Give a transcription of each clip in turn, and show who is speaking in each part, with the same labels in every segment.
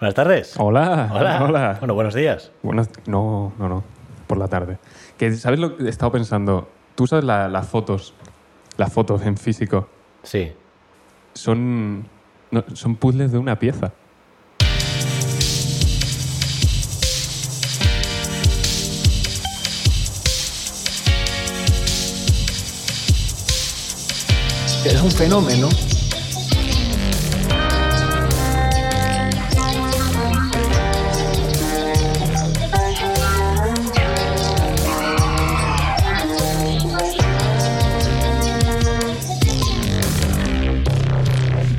Speaker 1: Buenas tardes.
Speaker 2: Hola.
Speaker 1: Hola.
Speaker 2: Hola.
Speaker 1: Bueno, buenos días.
Speaker 2: Buenas- no, no, no. Por la tarde. Que, ¿Sabes lo que he estado pensando? Tú sabes la- las fotos. Las fotos en físico.
Speaker 1: Sí.
Speaker 2: Son, no, son puzzles de una pieza.
Speaker 3: Es un fenómeno.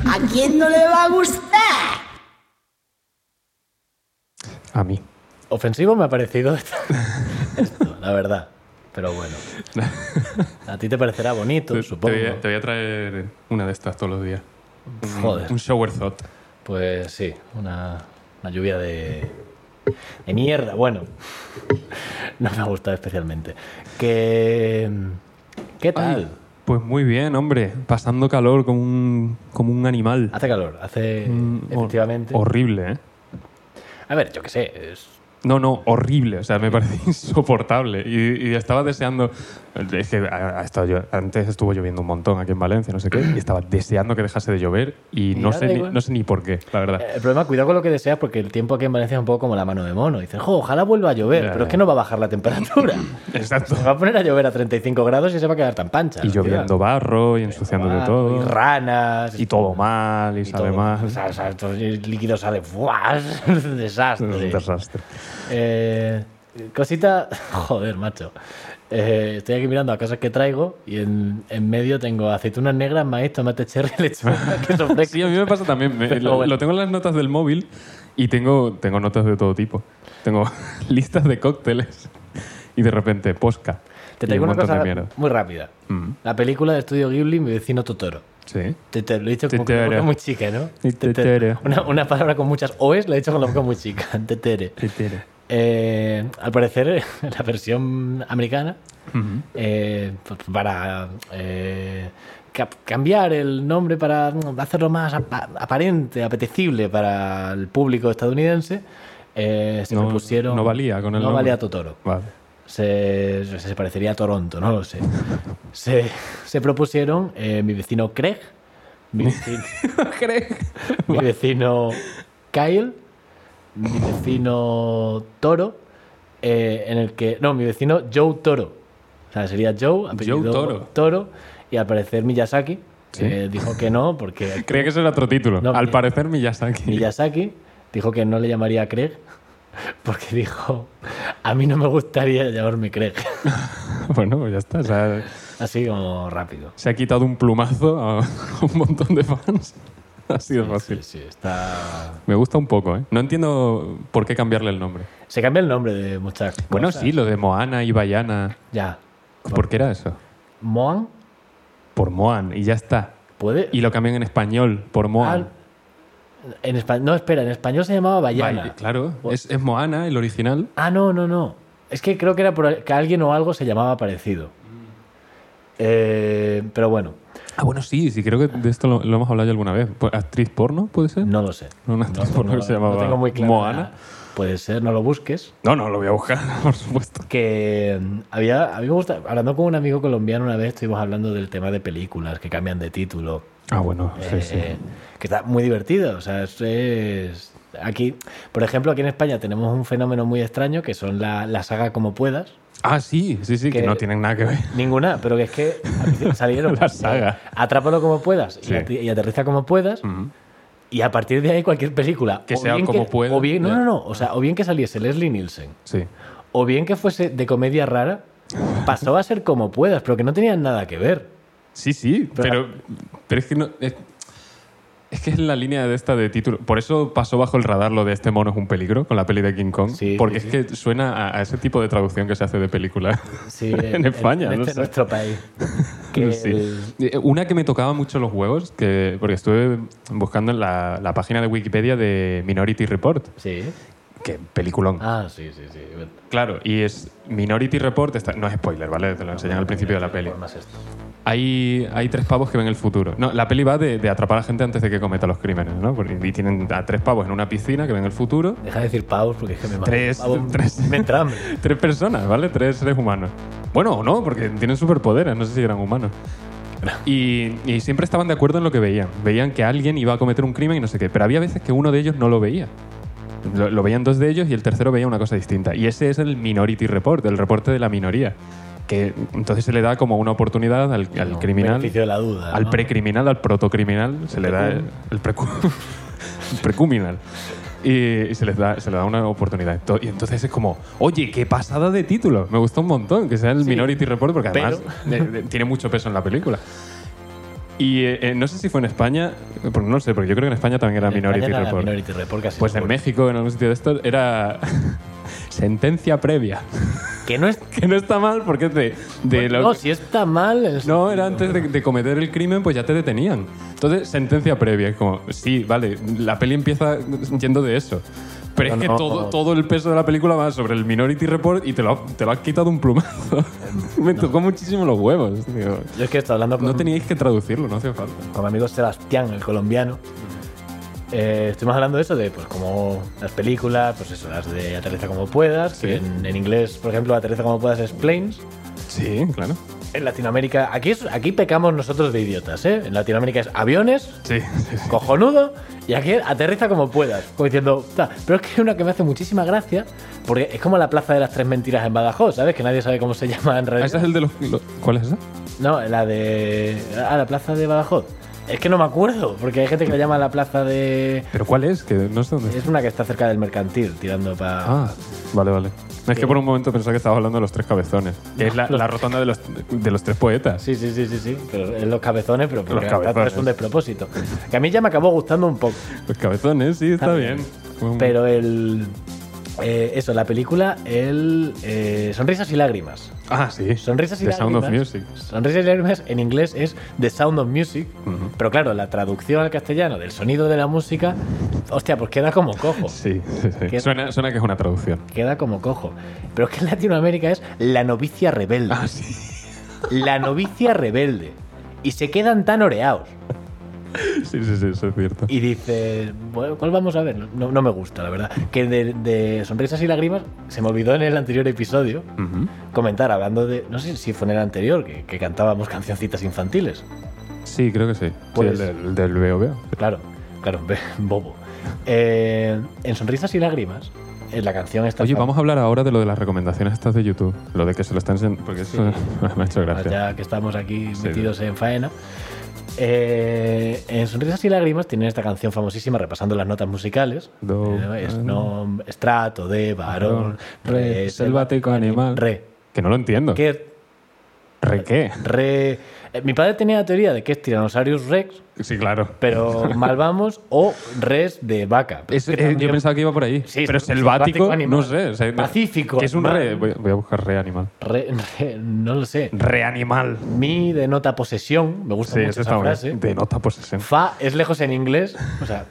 Speaker 4: ¿A quién no le va a gustar?
Speaker 2: A mí.
Speaker 1: Ofensivo me ha parecido esto, la verdad. Pero bueno. A ti te parecerá bonito,
Speaker 2: Te-
Speaker 1: supongo.
Speaker 2: Te, voy a, te voy a traer una de estas todos los días. Un-
Speaker 1: Joder.
Speaker 2: Un shower thought.
Speaker 1: Pues sí, una, una lluvia de, de mierda. Bueno, no me ha gustado especialmente. Que, ¿Qué tal?
Speaker 2: Pues muy bien, hombre. Pasando calor como un, como un animal.
Speaker 1: Hace calor, hace
Speaker 2: Mm, hor-
Speaker 1: Ah, efectivamente.
Speaker 2: Horrible, ¿eh?
Speaker 1: A ver, yo qué sé. es-
Speaker 2: No, no, horrible. O sea, me parece insoportable. Y, y estaba deseando. Es que ha- ha estado llo- antes estuvo lloviendo un montón aquí en Valencia, no sé qué. Y estaba deseando que dejase de llover. Y
Speaker 1: Y
Speaker 2: no
Speaker 1: ahora
Speaker 2: sé, ni,
Speaker 1: igual.
Speaker 2: no sé ni por qué, la verdad.
Speaker 1: Eh, El problema, cuidado con lo que deseas, porque el tiempo aquí en Valencia es un poco como la mano de mono. Dices, "Jo, ojalá vuelva a llover,
Speaker 2: Ya,
Speaker 1: pero es
Speaker 2: ya.
Speaker 1: que no va a bajar la temperatura.
Speaker 2: Exacto.
Speaker 1: Se va a poner a llover a 35 grados y se va a quedar tan pancha.
Speaker 2: Y
Speaker 1: la ciudad.
Speaker 2: lloviendo barro y ensuciando de
Speaker 1: Ah, Y
Speaker 2: todo.
Speaker 1: ranas.
Speaker 2: Y todo mal, y,
Speaker 1: y
Speaker 2: sabe
Speaker 1: todo.
Speaker 2: mal.
Speaker 1: O sea, o sea, todo el líquido sale. ¡buah! Es un
Speaker 2: Es un
Speaker 1: desastre.
Speaker 2: desastre.
Speaker 1: Eh, cosita. Joder, macho. Eh, estoy aquí mirando a cosas que traigo y en, en medio tengo aceitunas negras, maíz, tomate cherry, lechuga, queso fresco.
Speaker 2: Sí, a mí me pasa también. me-
Speaker 1: Pero
Speaker 2: lo,
Speaker 1: bueno.
Speaker 2: lo tengo en las notas del móvil y tengo, tengo notas de todo tipo. Tengo listas de cócteles y de repente posca.
Speaker 1: Te
Speaker 2: Y
Speaker 1: traigo
Speaker 2: un
Speaker 1: una
Speaker 2: montón
Speaker 1: cosa
Speaker 2: de mierda.
Speaker 1: muy rápida.
Speaker 2: Mm,
Speaker 1: La película de estudio Ghibli, mi vecino Totoro.
Speaker 2: sí.
Speaker 1: Te, te- lo he dicho con
Speaker 2: Tetere.
Speaker 1: la boca muy chica, ¿no?
Speaker 2: Y
Speaker 1: Te- te-
Speaker 2: tetere.
Speaker 1: Una, una palabra con muchas O's la he dicho con la boca muy chica. Tetere. Eh, al parecer, la versión americana,
Speaker 2: Ujú.
Speaker 1: eh, pues, para eh, cap- cambiar el nombre para mm, hacerlo más apa- aparente, apetecible para el público estadounidense, eh, se
Speaker 2: No-
Speaker 1: propusieron-
Speaker 2: no valía con el
Speaker 1: No
Speaker 2: nombre.
Speaker 1: valía Totoro.
Speaker 2: Vale.
Speaker 1: Se, se- se parecería a Toronto, no lo sé. Se, se propusieron eh, mi vecino Craig, mi vecino, mi vecino Kyle, mi vecino Toro, eh, en el que. No, mi vecino Joe Toro. O sea, sería Joe, apellido
Speaker 2: Toro.
Speaker 1: y al parecer Miyazaki
Speaker 2: Sí.
Speaker 1: eh, dijo que no, porque
Speaker 2: Creía que ese era otro título.
Speaker 1: No,
Speaker 2: Al
Speaker 1: mi-
Speaker 2: parecer Miyazaki.
Speaker 1: Miyazaki dijo que no le llamaría Craig. Porque dijo, a mí no me gustaría llamarme Craig.
Speaker 2: Bueno, pues ya está. O sea,
Speaker 1: Así como rápido.
Speaker 2: se ha quitado un plumazo a un montón de fans. Ha sido
Speaker 1: Sí,
Speaker 2: fácil.
Speaker 1: sí, está...
Speaker 2: Me gusta un poco, ¿eh? No entiendo por qué cambiarle el nombre.
Speaker 1: Se cambia el nombre de muchas cosas.
Speaker 2: Bueno, sí, lo de Moana y Bayana.
Speaker 1: Ya.
Speaker 2: ¿Por qué era eso?
Speaker 1: Moan
Speaker 2: Por Moan y ya está.
Speaker 1: puede...
Speaker 2: Y lo cambian en español, por Moan.
Speaker 1: Ah, en espa- No, espera, en español se llamaba Bayana. Pues-
Speaker 2: Vale, claro, es, es Moana el original.
Speaker 1: Ah, no, no, no. Es que creo que era por que alguien o algo se llamaba parecido. Eh, pero bueno,
Speaker 2: Ah, bueno, sí, sí, creo que de esto lo, lo hemos hablado ya alguna vez. Pues, ¿Actriz porno puede ser?
Speaker 1: no lo sé.
Speaker 2: Una actriz porno que se llamaba
Speaker 1: tengo muy claro.
Speaker 2: Moana.
Speaker 1: Puede ser, no lo busques.
Speaker 2: No, no, lo voy a buscar, por supuesto.
Speaker 1: que mm, había, a mí me gusta, hablando con un amigo colombiano una vez, estuvimos hablando del tema de películas que cambian de título,
Speaker 2: Ah, bueno, sí, sí.
Speaker 1: eh, que está muy divertido. O sea, es, es- aquí, por ejemplo, aquí en España tenemos un fenómeno muy extraño que son la, la saga como puedas.
Speaker 2: Ah, sí, sí, sí, que,
Speaker 1: que-
Speaker 2: no tienen nada que ver.
Speaker 1: Ninguna, pero que es que al principio salieron Eh,
Speaker 2: La saga.
Speaker 1: Atrápalo como puedas y
Speaker 2: Sí.
Speaker 1: ati- y, aterriza como puedas. Y a partir de ahí cualquier película
Speaker 2: Que sea como pueda,
Speaker 1: o bien, no,
Speaker 2: ya.
Speaker 1: no, no, o sea, o bien que saliese Leslie Nielsen,
Speaker 2: Sí.
Speaker 1: o bien que fuese de comedia rara, pasó a ser como puedas, pero que no tenían nada que ver.
Speaker 2: Sí, sí, pero,
Speaker 1: Pero-
Speaker 2: pero es que no. Es, es que es la línea de esta de título. Por eso pasó bajo el radar lo de este mono es un peligro con la peli de King Kong.
Speaker 1: Sí,
Speaker 2: porque
Speaker 1: sí,
Speaker 2: es que suena a, a ese tipo de traducción que se hace de película
Speaker 1: Sí,
Speaker 2: en España.
Speaker 1: en
Speaker 2: no
Speaker 1: este
Speaker 2: sé.
Speaker 1: nuestro país. Que
Speaker 2: Sí.
Speaker 1: el-
Speaker 2: Eh, Una que me tocaba mucho los huevos, que, porque estuve buscando en la, la página de Wikipedia de Minority Report,
Speaker 1: sí.
Speaker 2: Qué peliculón.
Speaker 1: Ah, sí, sí, sí.
Speaker 2: Claro, y es Minority Report, está- no es spoiler, ¿vale? Te lo enseñan al principio de la peli.
Speaker 1: Más esto.
Speaker 2: Hay, hay tres pavos que ven el futuro. No, la peli va de, de atrapar a gente antes de que cometa los crímenes, ¿no? Porque- Y tienen a tres pavos en una piscina que ven el futuro.
Speaker 1: Deja de decir pavos porque es que me mata.
Speaker 2: Tres,
Speaker 1: Pavo-
Speaker 2: tres.
Speaker 1: Me entra hambre.
Speaker 2: Tres personas, ¿vale? Tres seres humanos. Bueno, o no, porque tienen superpoderes, no sé si eran humanos. Y, y siempre estaban de acuerdo en lo que veían. Veían que alguien iba a cometer un crimen y no sé qué. Pero había veces que uno de ellos no lo veía. Lo, lo veían dos de ellos y el tercero veía una cosa distinta. Y ese es el Minority Report, el reporte de la minoría. Que entonces se le da como una oportunidad al, al
Speaker 1: No,
Speaker 2: criminal.
Speaker 1: Beneficio de la duda.
Speaker 2: Al
Speaker 1: ¿no?
Speaker 2: precriminal, al protocriminal, se le da el, precu- el precuminal. Y, y se les da, se le da una oportunidad. Ento- Y entonces es como, oye, qué pasada de título. Me gusta un montón que sea el Minority Report porque además de- de- tiene mucho peso en la película. Y eh, eh, no sé si fue en España, eh, porque no lo sé, porque yo creo que en España también era
Speaker 1: En España
Speaker 2: Minority
Speaker 1: era la
Speaker 2: Report.
Speaker 1: Minority Report casi
Speaker 2: pues en
Speaker 1: seguro.
Speaker 2: México, en algún sitio de estos, era sentencia previa.
Speaker 1: Que no es.
Speaker 2: que no está mal porque es de, de lo-
Speaker 1: No, si está mal. es-
Speaker 2: no, era antes de, de cometer el crimen, pues ya te detenían. Entonces, sentencia previa, es como, sí, vale, la peli empieza yendo de eso. Pero es
Speaker 1: No,
Speaker 2: que
Speaker 1: no.
Speaker 2: todo, todo el peso de la película va sobre el Minority Report y te lo, te lo has quitado un plumazo. Me tocó muchísimo los huevos. tío.
Speaker 1: Yo es que estaba hablando con,
Speaker 2: No teníais que traducirlo, no hacía falta.
Speaker 1: con mi amigo Sebastián, el colombiano. Eh, estuvimos hablando de eso, de pues como las películas, pues eso, las de Aterriza como puedas. que en, en inglés, por ejemplo, Aterriza como puedas es planes.
Speaker 2: Sí, claro.
Speaker 1: En Latinoamérica, aquí, es- aquí pecamos nosotros de idiotas, ¿eh? En Latinoamérica es aviones,
Speaker 2: Sí, sí, sí.
Speaker 1: cojonudo y aquí aterriza como puedas, como diciendo, "Ta". pero es que hay una que me hace muchísima gracia, porque es como la plaza de las tres mentiras en Badajoz, ¿sabes? Que nadie sabe cómo se llama en
Speaker 2: Ah,
Speaker 1: realidad.
Speaker 2: ¿Esa es el de los, lo- ¿Cuál es esa?
Speaker 1: No, la de... Ah, la plaza de Badajoz. Es que no me acuerdo, porque hay gente que la llama la plaza de...
Speaker 2: ¿Pero cuál es? Que no sé dónde.
Speaker 1: Es una que está cerca del mercantil, tirando para...
Speaker 2: Ah, vale, vale. Es que por un momento pensaba que estaba hablando de los tres cabezones. Que es la, la rotonda de los, de los tres poetas.
Speaker 1: Sí, sí, sí, sí, sí, pero en los cabezones, pero porque
Speaker 2: Los
Speaker 1: la plaza
Speaker 2: cabezones.
Speaker 1: es un despropósito. Que a mí ya me acabó gustando un poco.
Speaker 2: Los Pues cabezones, sí, está bien. Fue un-
Speaker 1: Pero el... eh, eso, la película, el... eh, sonrisas y lágrimas.
Speaker 2: Ah, sí.
Speaker 1: Sonrisas y
Speaker 2: The Sound
Speaker 1: lágrimas.
Speaker 2: of Music.
Speaker 1: Sonrisas y lágrimas en inglés es The Sound of Music. Pero claro, la traducción al castellano del sonido de la música, hostia, pues queda como cojo.
Speaker 2: Sí, sí, sí.
Speaker 1: ¿Qué?
Speaker 2: Suena, suena que es una traducción.
Speaker 1: Queda como cojo. Pero es que en Latinoamérica es la novicia rebelde.
Speaker 2: Ah, sí.
Speaker 1: La novicia rebelde. Y se quedan tan oreados.
Speaker 2: Sí, sí, sí, eso es cierto.
Speaker 1: Y dice, bueno, ¿cuál vamos a ver? No, no me gusta, la verdad. Que de, de Sonrisas y Lágrimas se me olvidó en el anterior episodio
Speaker 2: Ujú.
Speaker 1: comentar, hablando de, no sé si fue en el anterior, que- que cantábamos cancioncitas infantiles.
Speaker 2: Sí, creo que sí.
Speaker 1: Pues-
Speaker 2: sí el, del- del BOB.
Speaker 1: Claro, claro, be- bobo. Eh, en Sonrisas y Lágrimas, en la canción está.
Speaker 2: Oye, vamos a hablar ahora de lo de las recomendaciones estas de YouTube. Lo de que se lo están... sen- Porque eso me ha hecho gracia.
Speaker 1: Ya que estamos aquí
Speaker 2: Sí.
Speaker 1: metidos en faena. Eh, en Sonrisas y Lágrimas tienen esta canción famosísima repasando las notas musicales.
Speaker 2: Do,
Speaker 1: Eh, es
Speaker 2: ah,
Speaker 1: nom, estrato de varón,
Speaker 2: Re, selvático animal.
Speaker 1: Re.
Speaker 2: Que no lo entiendo.
Speaker 1: ¿Qué?
Speaker 2: ¿Re qué?
Speaker 1: Re. Eh, mi padre tenía la teoría de que es Tyrannosaurus Rex,
Speaker 2: Sí, claro.
Speaker 1: pero mal vamos, o res de vaca. Pero
Speaker 2: Es-
Speaker 1: es que
Speaker 2: eh, yo
Speaker 1: también-
Speaker 2: pensaba que iba por ahí.
Speaker 1: Sí,
Speaker 2: pero
Speaker 1: es un
Speaker 2: selvático,
Speaker 1: selvático animal.
Speaker 2: no sé. o sea,
Speaker 1: Pacífico
Speaker 2: que es un
Speaker 1: animal.
Speaker 2: re. Voy, a- voy a buscar re animal.
Speaker 1: Re- re- no lo sé.
Speaker 2: Re animal.
Speaker 1: Mi denota posesión, me gusta
Speaker 2: Sí,
Speaker 1: mucho
Speaker 2: eso
Speaker 1: esa
Speaker 2: está
Speaker 1: frase.
Speaker 2: bien. Denota posesión.
Speaker 1: Fa es lejos en inglés, o sea,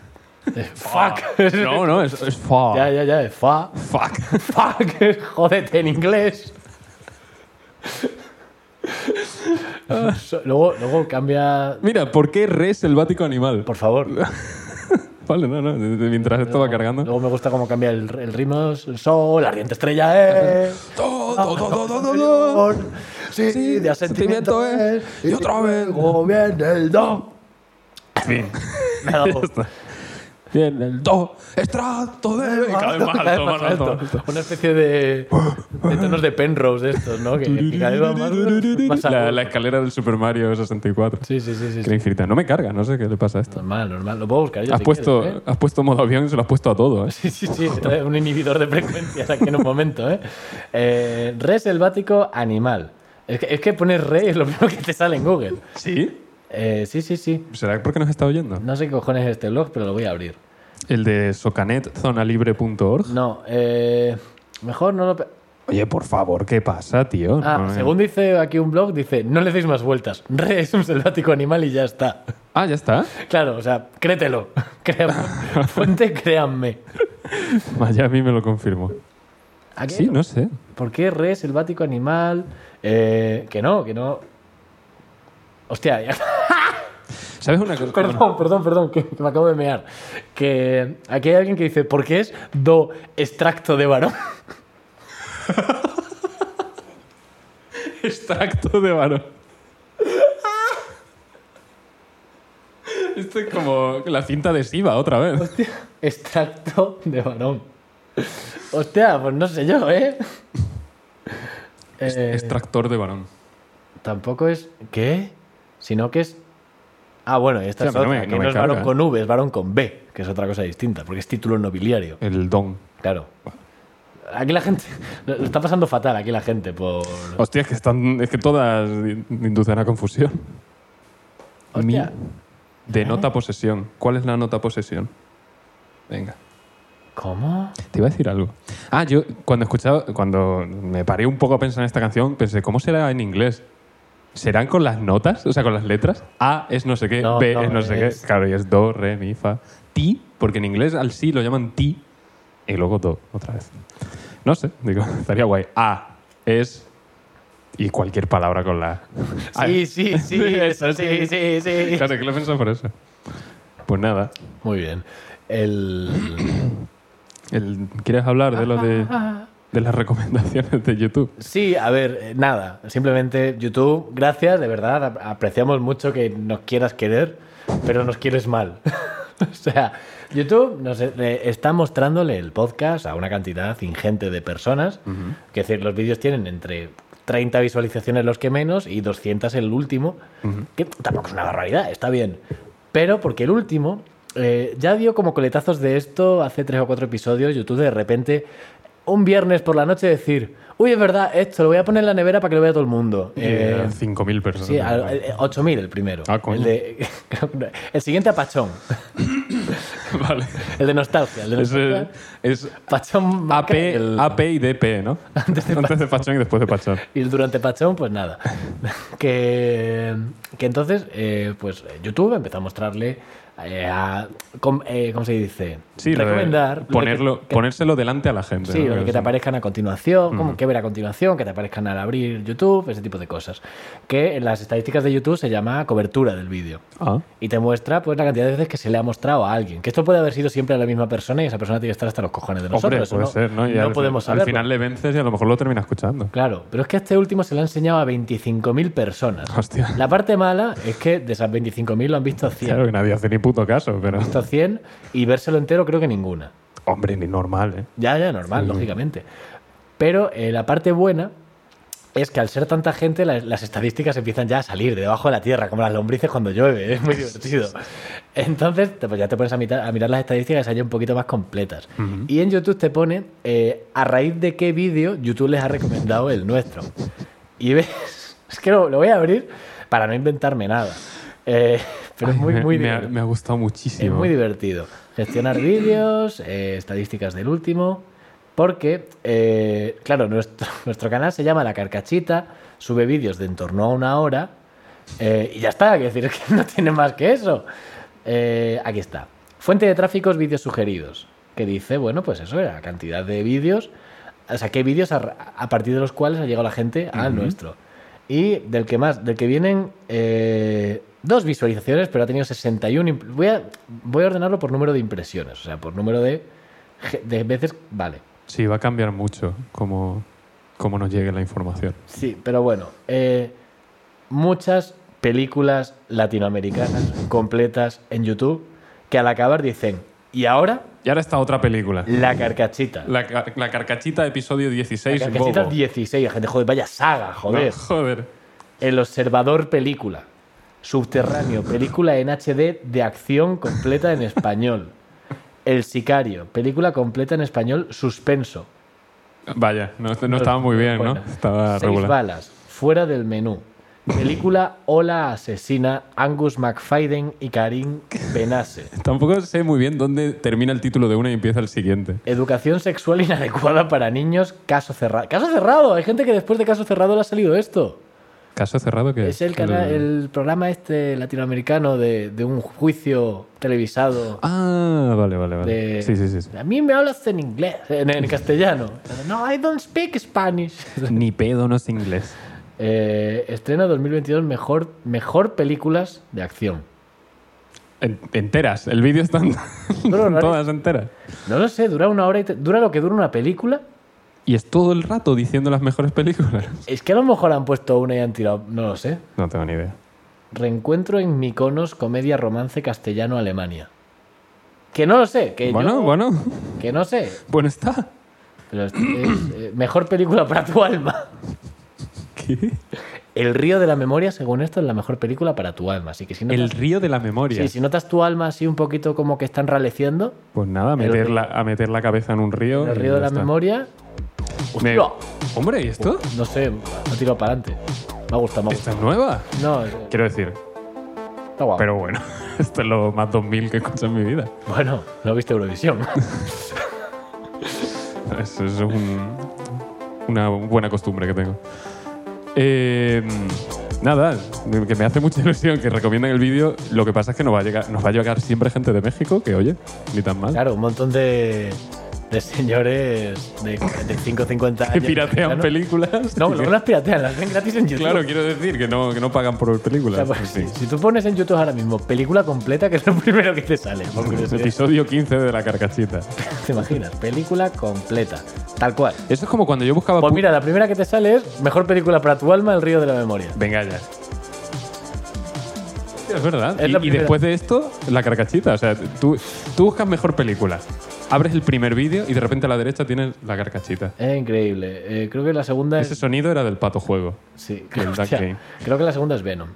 Speaker 1: es fuck.
Speaker 2: Ah. No, no, es, es fa.
Speaker 1: ya, ya, ya, es fa.
Speaker 2: Fuck.
Speaker 1: Fuck, es jódete en inglés. So- luego, luego cambia,
Speaker 2: Mira, ¿por qué re selvático animal?
Speaker 1: por favor.
Speaker 2: Vale, no, no. de- de- Mientras esto va cargando.
Speaker 1: Luego me gusta cómo cambia el, el ritmo, el sol, la ardiente estrella es.
Speaker 2: Do, do, do, do, do, do, do.
Speaker 1: Sí,
Speaker 2: Sí,
Speaker 1: de asentimiento
Speaker 2: sentimiento es,
Speaker 1: es.
Speaker 2: y otra vez.
Speaker 1: luego viene el do. Me ha dado-
Speaker 2: Bien, el do. Estrato de. Cada vez más alto, más alto.
Speaker 1: Una especie de, de tonos de Penrose de estos, ¿no? Que, que cada vez va más, más
Speaker 2: La,
Speaker 1: agudo.
Speaker 2: la escalera del Super Mario 64.
Speaker 1: Sí, sí, sí, sí.
Speaker 2: Qué
Speaker 1: sí.
Speaker 2: infinita. No me carga, no sé qué le pasa a esto.
Speaker 1: Normal, normal. Lo puedo buscar yo.
Speaker 2: Has
Speaker 1: si
Speaker 2: puesto,
Speaker 1: quieres, ¿eh?
Speaker 2: has puesto modo avión y se lo has puesto a todo. ¿eh?
Speaker 1: Sí, sí, sí. eh, Un inhibidor de frecuencias aquí en un momento, ¿eh? eh re selvático animal. Es que, es que pones re y es lo primero que te sale en Google.
Speaker 2: ¿Sí?
Speaker 1: Eh, sí, sí, sí.
Speaker 2: ¿Será porque nos está oyendo?
Speaker 1: No sé qué cojones es este blog, pero lo voy a abrir.
Speaker 2: El de socanetzonalibre.org.
Speaker 1: No, eh, mejor no lo. pe-
Speaker 2: Oye, por favor, ¿qué pasa, tío?
Speaker 1: Ah,
Speaker 2: No, eh. no.
Speaker 1: según dice aquí un blog, dice: no le deis más vueltas. Re es un selvático animal y ya está.
Speaker 2: Ah, ya está.
Speaker 1: Claro, o sea, créetelo. Créanme. Fuente, créanme.
Speaker 2: Miami me lo confirmó.
Speaker 1: ¿A qué?
Speaker 2: Sí, no sé.
Speaker 1: ¿Por qué re selvático animal? Eh, que no, que no. Hostia, ya-
Speaker 2: ¿Sabes una cosa?
Speaker 1: perdón, perdón, perdón, que, que me acabo de mear. Que aquí hay alguien que dice, ¿por qué es do extracto de varón?
Speaker 2: Extracto este de varón. Esto es como la cinta adhesiva otra vez.
Speaker 1: Extracto de varón. Hostia, pues no sé yo, ¿eh? Eh,
Speaker 2: Extractor de varón.
Speaker 1: Tampoco es. ¿Qué? Sino que es. Ah, bueno, esta
Speaker 2: Sí,
Speaker 1: es
Speaker 2: a mí no
Speaker 1: otra,
Speaker 2: me-
Speaker 1: que
Speaker 2: no me
Speaker 1: no es varón
Speaker 2: carga.
Speaker 1: con V, es varón con B, que es otra cosa distinta, porque es título nobiliario.
Speaker 2: El don.
Speaker 1: Claro. Aquí la gente. Lo lo está pasando fatal aquí la gente por.
Speaker 2: Hostia, es que, están, es que todas inducen a confusión.
Speaker 1: Hostia.
Speaker 2: de nota posesión. ¿Cuál es la nota posesión? Venga.
Speaker 1: ¿Cómo?
Speaker 2: Te iba a decir algo. Ah, yo cuando escuchaba, cuando me paré un poco a pensar en esta canción, pensé, ¿cómo será en inglés? ¿Serán con las notas? O sea, con las letras. A es no sé qué,
Speaker 1: No,
Speaker 2: B
Speaker 1: no,
Speaker 2: es no sé
Speaker 1: es-
Speaker 2: qué. Claro, y es do, re, mi, fa. Ti, porque en inglés al sí lo llaman ti y luego do, otra vez. No sé, digo, estaría guay. A es y cualquier palabra con la A. Ah,
Speaker 1: Sí, sí, sí,
Speaker 2: Eso,
Speaker 1: sí, sí, sí.
Speaker 2: Claro, que lo he pensado por eso. Pues nada.
Speaker 1: Muy bien. El.
Speaker 2: El- ¿Quieres hablar de lo de, de las recomendaciones de YouTube?
Speaker 1: Sí, a ver, eh, nada. Simplemente, YouTube, gracias, de verdad. ap- Apreciamos mucho que nos quieras querer, pero nos quieres mal. o sea, YouTube nos eh, eh, está mostrándole el podcast a una cantidad ingente de personas. Que es decir, los vídeos tienen entre 30 visualizaciones los que menos y 200 el último. Que tampoco es una barbaridad, está bien. Pero porque el último. eh, ya dio como coletazos de esto hace tres o cuatro episodios. YouTube de repente un viernes por la noche decir, uy, es verdad, esto lo voy a poner en la nevera para que lo vea todo el mundo. Eh,
Speaker 2: Eh, 5.000 personas.
Speaker 1: sí, al- eh, el- el 8.000 el primero.
Speaker 2: Ah, coño.
Speaker 1: El, de- el siguiente a Pachón,
Speaker 2: vale.
Speaker 1: el de Nostalgia. El de
Speaker 2: Es, eh,
Speaker 1: nostalgia.
Speaker 2: es
Speaker 1: Pachón marca
Speaker 2: AP,
Speaker 1: el-
Speaker 2: AP y DP, ¿no? Antes de, Pachón y después de Pachón.
Speaker 1: Y el durante Pachón, pues nada. que, que entonces, eh, pues YouTube empezó a mostrarle eh, a, com- eh, ¿cómo se dice?
Speaker 2: Sí, lo de
Speaker 1: Recomendar. lo de
Speaker 2: Ponerlo,
Speaker 1: que-
Speaker 2: ponérselo delante a la gente.
Speaker 1: Sí,
Speaker 2: ¿no?
Speaker 1: o de que te
Speaker 2: Eso.
Speaker 1: aparezcan a continuación, como que ver a continuación, que te aparezcan al abrir YouTube, ese tipo de cosas. Que en las estadísticas de YouTube se llama cobertura del vídeo.
Speaker 2: Ah,
Speaker 1: Y te muestra pues la cantidad de veces que se le ha mostrado a alguien. Que esto puede haber sido siempre a la misma persona y esa persona tiene que estar hasta los cojones de
Speaker 2: hombre,
Speaker 1: nosotros. eso
Speaker 2: puede ser, ¿no? Y al-
Speaker 1: podemos
Speaker 2: Al
Speaker 1: saberlo.
Speaker 2: final le vences y a lo mejor lo terminas escuchando.
Speaker 1: Claro, pero es que a este último se lo ha enseñado a 25.000 personas.
Speaker 2: Hostia.
Speaker 1: La parte mala es que de esas 25.000 lo han visto 100.
Speaker 2: Claro que nadie hace ni puto caso, pero.
Speaker 1: Visto 100 y vérselo entero creo que ninguna.
Speaker 2: Hombre, ni normal, ¿eh?
Speaker 1: Ya, ya, normal, lógicamente. Pero eh, la parte buena es que al ser tanta gente, la- las estadísticas empiezan ya a salir de debajo de la tierra, como las lombrices cuando llueve, es muy divertido. Entonces, te- pues ya te pones a, mita- a mirar las estadísticas allá un poquito más completas. Y en YouTube te pone eh, a raíz de qué vídeo YouTube les ha recomendado el nuestro. Y ves, es que lo, lo voy a abrir para no inventarme nada. Eh, pero es
Speaker 2: Ay,
Speaker 1: muy,
Speaker 2: me,
Speaker 1: muy
Speaker 2: me ha,
Speaker 1: divertido.
Speaker 2: me ha gustado
Speaker 1: Es
Speaker 2: muchísimo.
Speaker 1: muy divertido. Gestionar vídeos, eh, estadísticas del último. Porque, eh, claro, nuestro, nuestro canal se llama La Carcachita, sube vídeos de en torno a una hora eh, y ya está. Es decir, es que no tiene más que eso. Eh, aquí está. Fuente de tráficos, vídeos sugeridos. Que dice, bueno, pues eso, la cantidad de vídeos. O sea, qué vídeos a, a partir de los cuales ha llegado la gente al nuestro. Y del que más, del que vienen eh, dos visualizaciones, pero ha tenido 61. imp- Voy a, voy a ordenarlo por número de impresiones, o sea, por número de, ge- de veces. Vale.
Speaker 2: Sí, va a cambiar mucho cómo, cómo nos llegue la información.
Speaker 1: Sí, pero bueno. eh, muchas películas latinoamericanas completas en YouTube que al acabar dicen, y ahora
Speaker 2: Y ahora está otra película.
Speaker 1: la carcachita.
Speaker 2: La, ca- la carcachita, episodio 16.
Speaker 1: La carcachita
Speaker 2: bobo.
Speaker 1: 16, gente, joder, vaya saga, joder.
Speaker 2: No, joder.
Speaker 1: El Observador Película. Subterráneo, película en HD de acción completa en español. El Sicario, película completa en español, suspenso.
Speaker 2: Vaya, no, no estaba muy bien,
Speaker 1: Bueno,
Speaker 2: ¿no? Estaba
Speaker 1: Seis
Speaker 2: regular.
Speaker 1: balas, fuera del menú. Película Hola Asesina, Angus McFadden y Karim Benase.
Speaker 2: Tampoco sé muy bien dónde termina el título de una y empieza el siguiente.
Speaker 1: Educación sexual inadecuada para niños, caso cerrado. ¡Caso cerrado! Hay gente que después de caso cerrado le ha salido esto.
Speaker 2: Caso cerrado que
Speaker 1: Es el, canal, el programa este latinoamericano de, de un juicio televisado.
Speaker 2: Ah, vale, vale, vale.
Speaker 1: de-
Speaker 2: Sí, sí, sí. sí.
Speaker 1: A mí me hablas en inglés, en, en castellano. No, I don't speak Spanish.
Speaker 2: Ni pedo no es inglés.
Speaker 1: Eh, estrena 2022 mejor, mejor películas de acción.
Speaker 2: En- enteras. El vídeo está en-
Speaker 1: No, no,
Speaker 2: todas enteras.
Speaker 1: No lo sé, dura una hora y te- dura lo que dura una película.
Speaker 2: Y es todo el rato diciendo las mejores películas.
Speaker 1: Es que a lo mejor han puesto una y han tirado, no lo sé.
Speaker 2: No tengo ni idea.
Speaker 1: Reencuentro en Miconos, comedia romance castellano Alemania. Que no lo sé, que
Speaker 2: Bueno,
Speaker 1: Eh, yo-
Speaker 2: bueno.
Speaker 1: que no sé.
Speaker 2: Bueno está.
Speaker 1: Pero es- es, eh, mejor película para tu alma.
Speaker 2: ¿Qué?
Speaker 1: El río de la memoria, según esto, es la mejor película para tu alma. Así que si
Speaker 2: El
Speaker 1: notas,
Speaker 2: río de la memoria.
Speaker 1: sí, si notas tu alma así un poquito como que está enraleciendo,
Speaker 2: Pues nada, a
Speaker 1: El
Speaker 2: meter,
Speaker 1: río.
Speaker 2: la, a meter la cabeza en un río.
Speaker 1: el
Speaker 2: y
Speaker 1: río de
Speaker 2: ya
Speaker 1: la
Speaker 2: está.
Speaker 1: memoria,
Speaker 2: Me-
Speaker 1: ¡Hostia!
Speaker 2: Hombre, ¿y esto?
Speaker 1: no sé, ha tirado para adelante. Me ha gustado, me ha
Speaker 2: ¿Esta
Speaker 1: gustado.
Speaker 2: es nueva?
Speaker 1: No, eh,
Speaker 2: Quiero decir,
Speaker 1: está guapo.
Speaker 2: pero bueno, esto es lo más 2000 que he escuchado en mi vida.
Speaker 1: Bueno, no viste Eurovisión.
Speaker 2: Eso es un- una buena costumbre que tengo. Eh, nada, que me hace mucha ilusión que recomienden el vídeo. Lo que pasa es que nos va a llegar, nos va a llegar siempre gente de México, que oye, ni tan mal.
Speaker 1: claro, un montón de, de señores de 45, 50 años.
Speaker 2: que piratean
Speaker 1: mexicanos.
Speaker 2: películas.
Speaker 1: No, no las piratean, las ven gratis en YouTube.
Speaker 2: Claro, quiero decir que no, que no pagan por ver
Speaker 1: O
Speaker 2: películas.
Speaker 1: sea, pues,
Speaker 2: Sí.
Speaker 1: si, si tú pones en YouTube ahora mismo película completa, que es lo primero que te sale. por curiosidad.
Speaker 2: Episodio 15 de la carcachita.
Speaker 1: ¿Te imaginas? Película completa. Tal cual.
Speaker 2: Eso es como cuando yo buscaba.
Speaker 1: Pues
Speaker 2: pu-
Speaker 1: mira, la primera que te sale es Mejor película para tu alma, El río de la memoria.
Speaker 2: Venga ya. Hostia, Es verdad.
Speaker 1: Es
Speaker 2: y,
Speaker 1: la
Speaker 2: y
Speaker 1: primera.
Speaker 2: después de esto, la carcachita. O sea, tú, tú buscas mejor película. Abres el primer vídeo y de repente a la derecha tienes la carcachita.
Speaker 1: Es increíble. Eh, creo que la segunda
Speaker 2: Ese
Speaker 1: es.
Speaker 2: sonido era del pato juego.
Speaker 1: Sí,
Speaker 2: el Duck
Speaker 1: hostia,
Speaker 2: Game.
Speaker 1: creo que la segunda es Venom.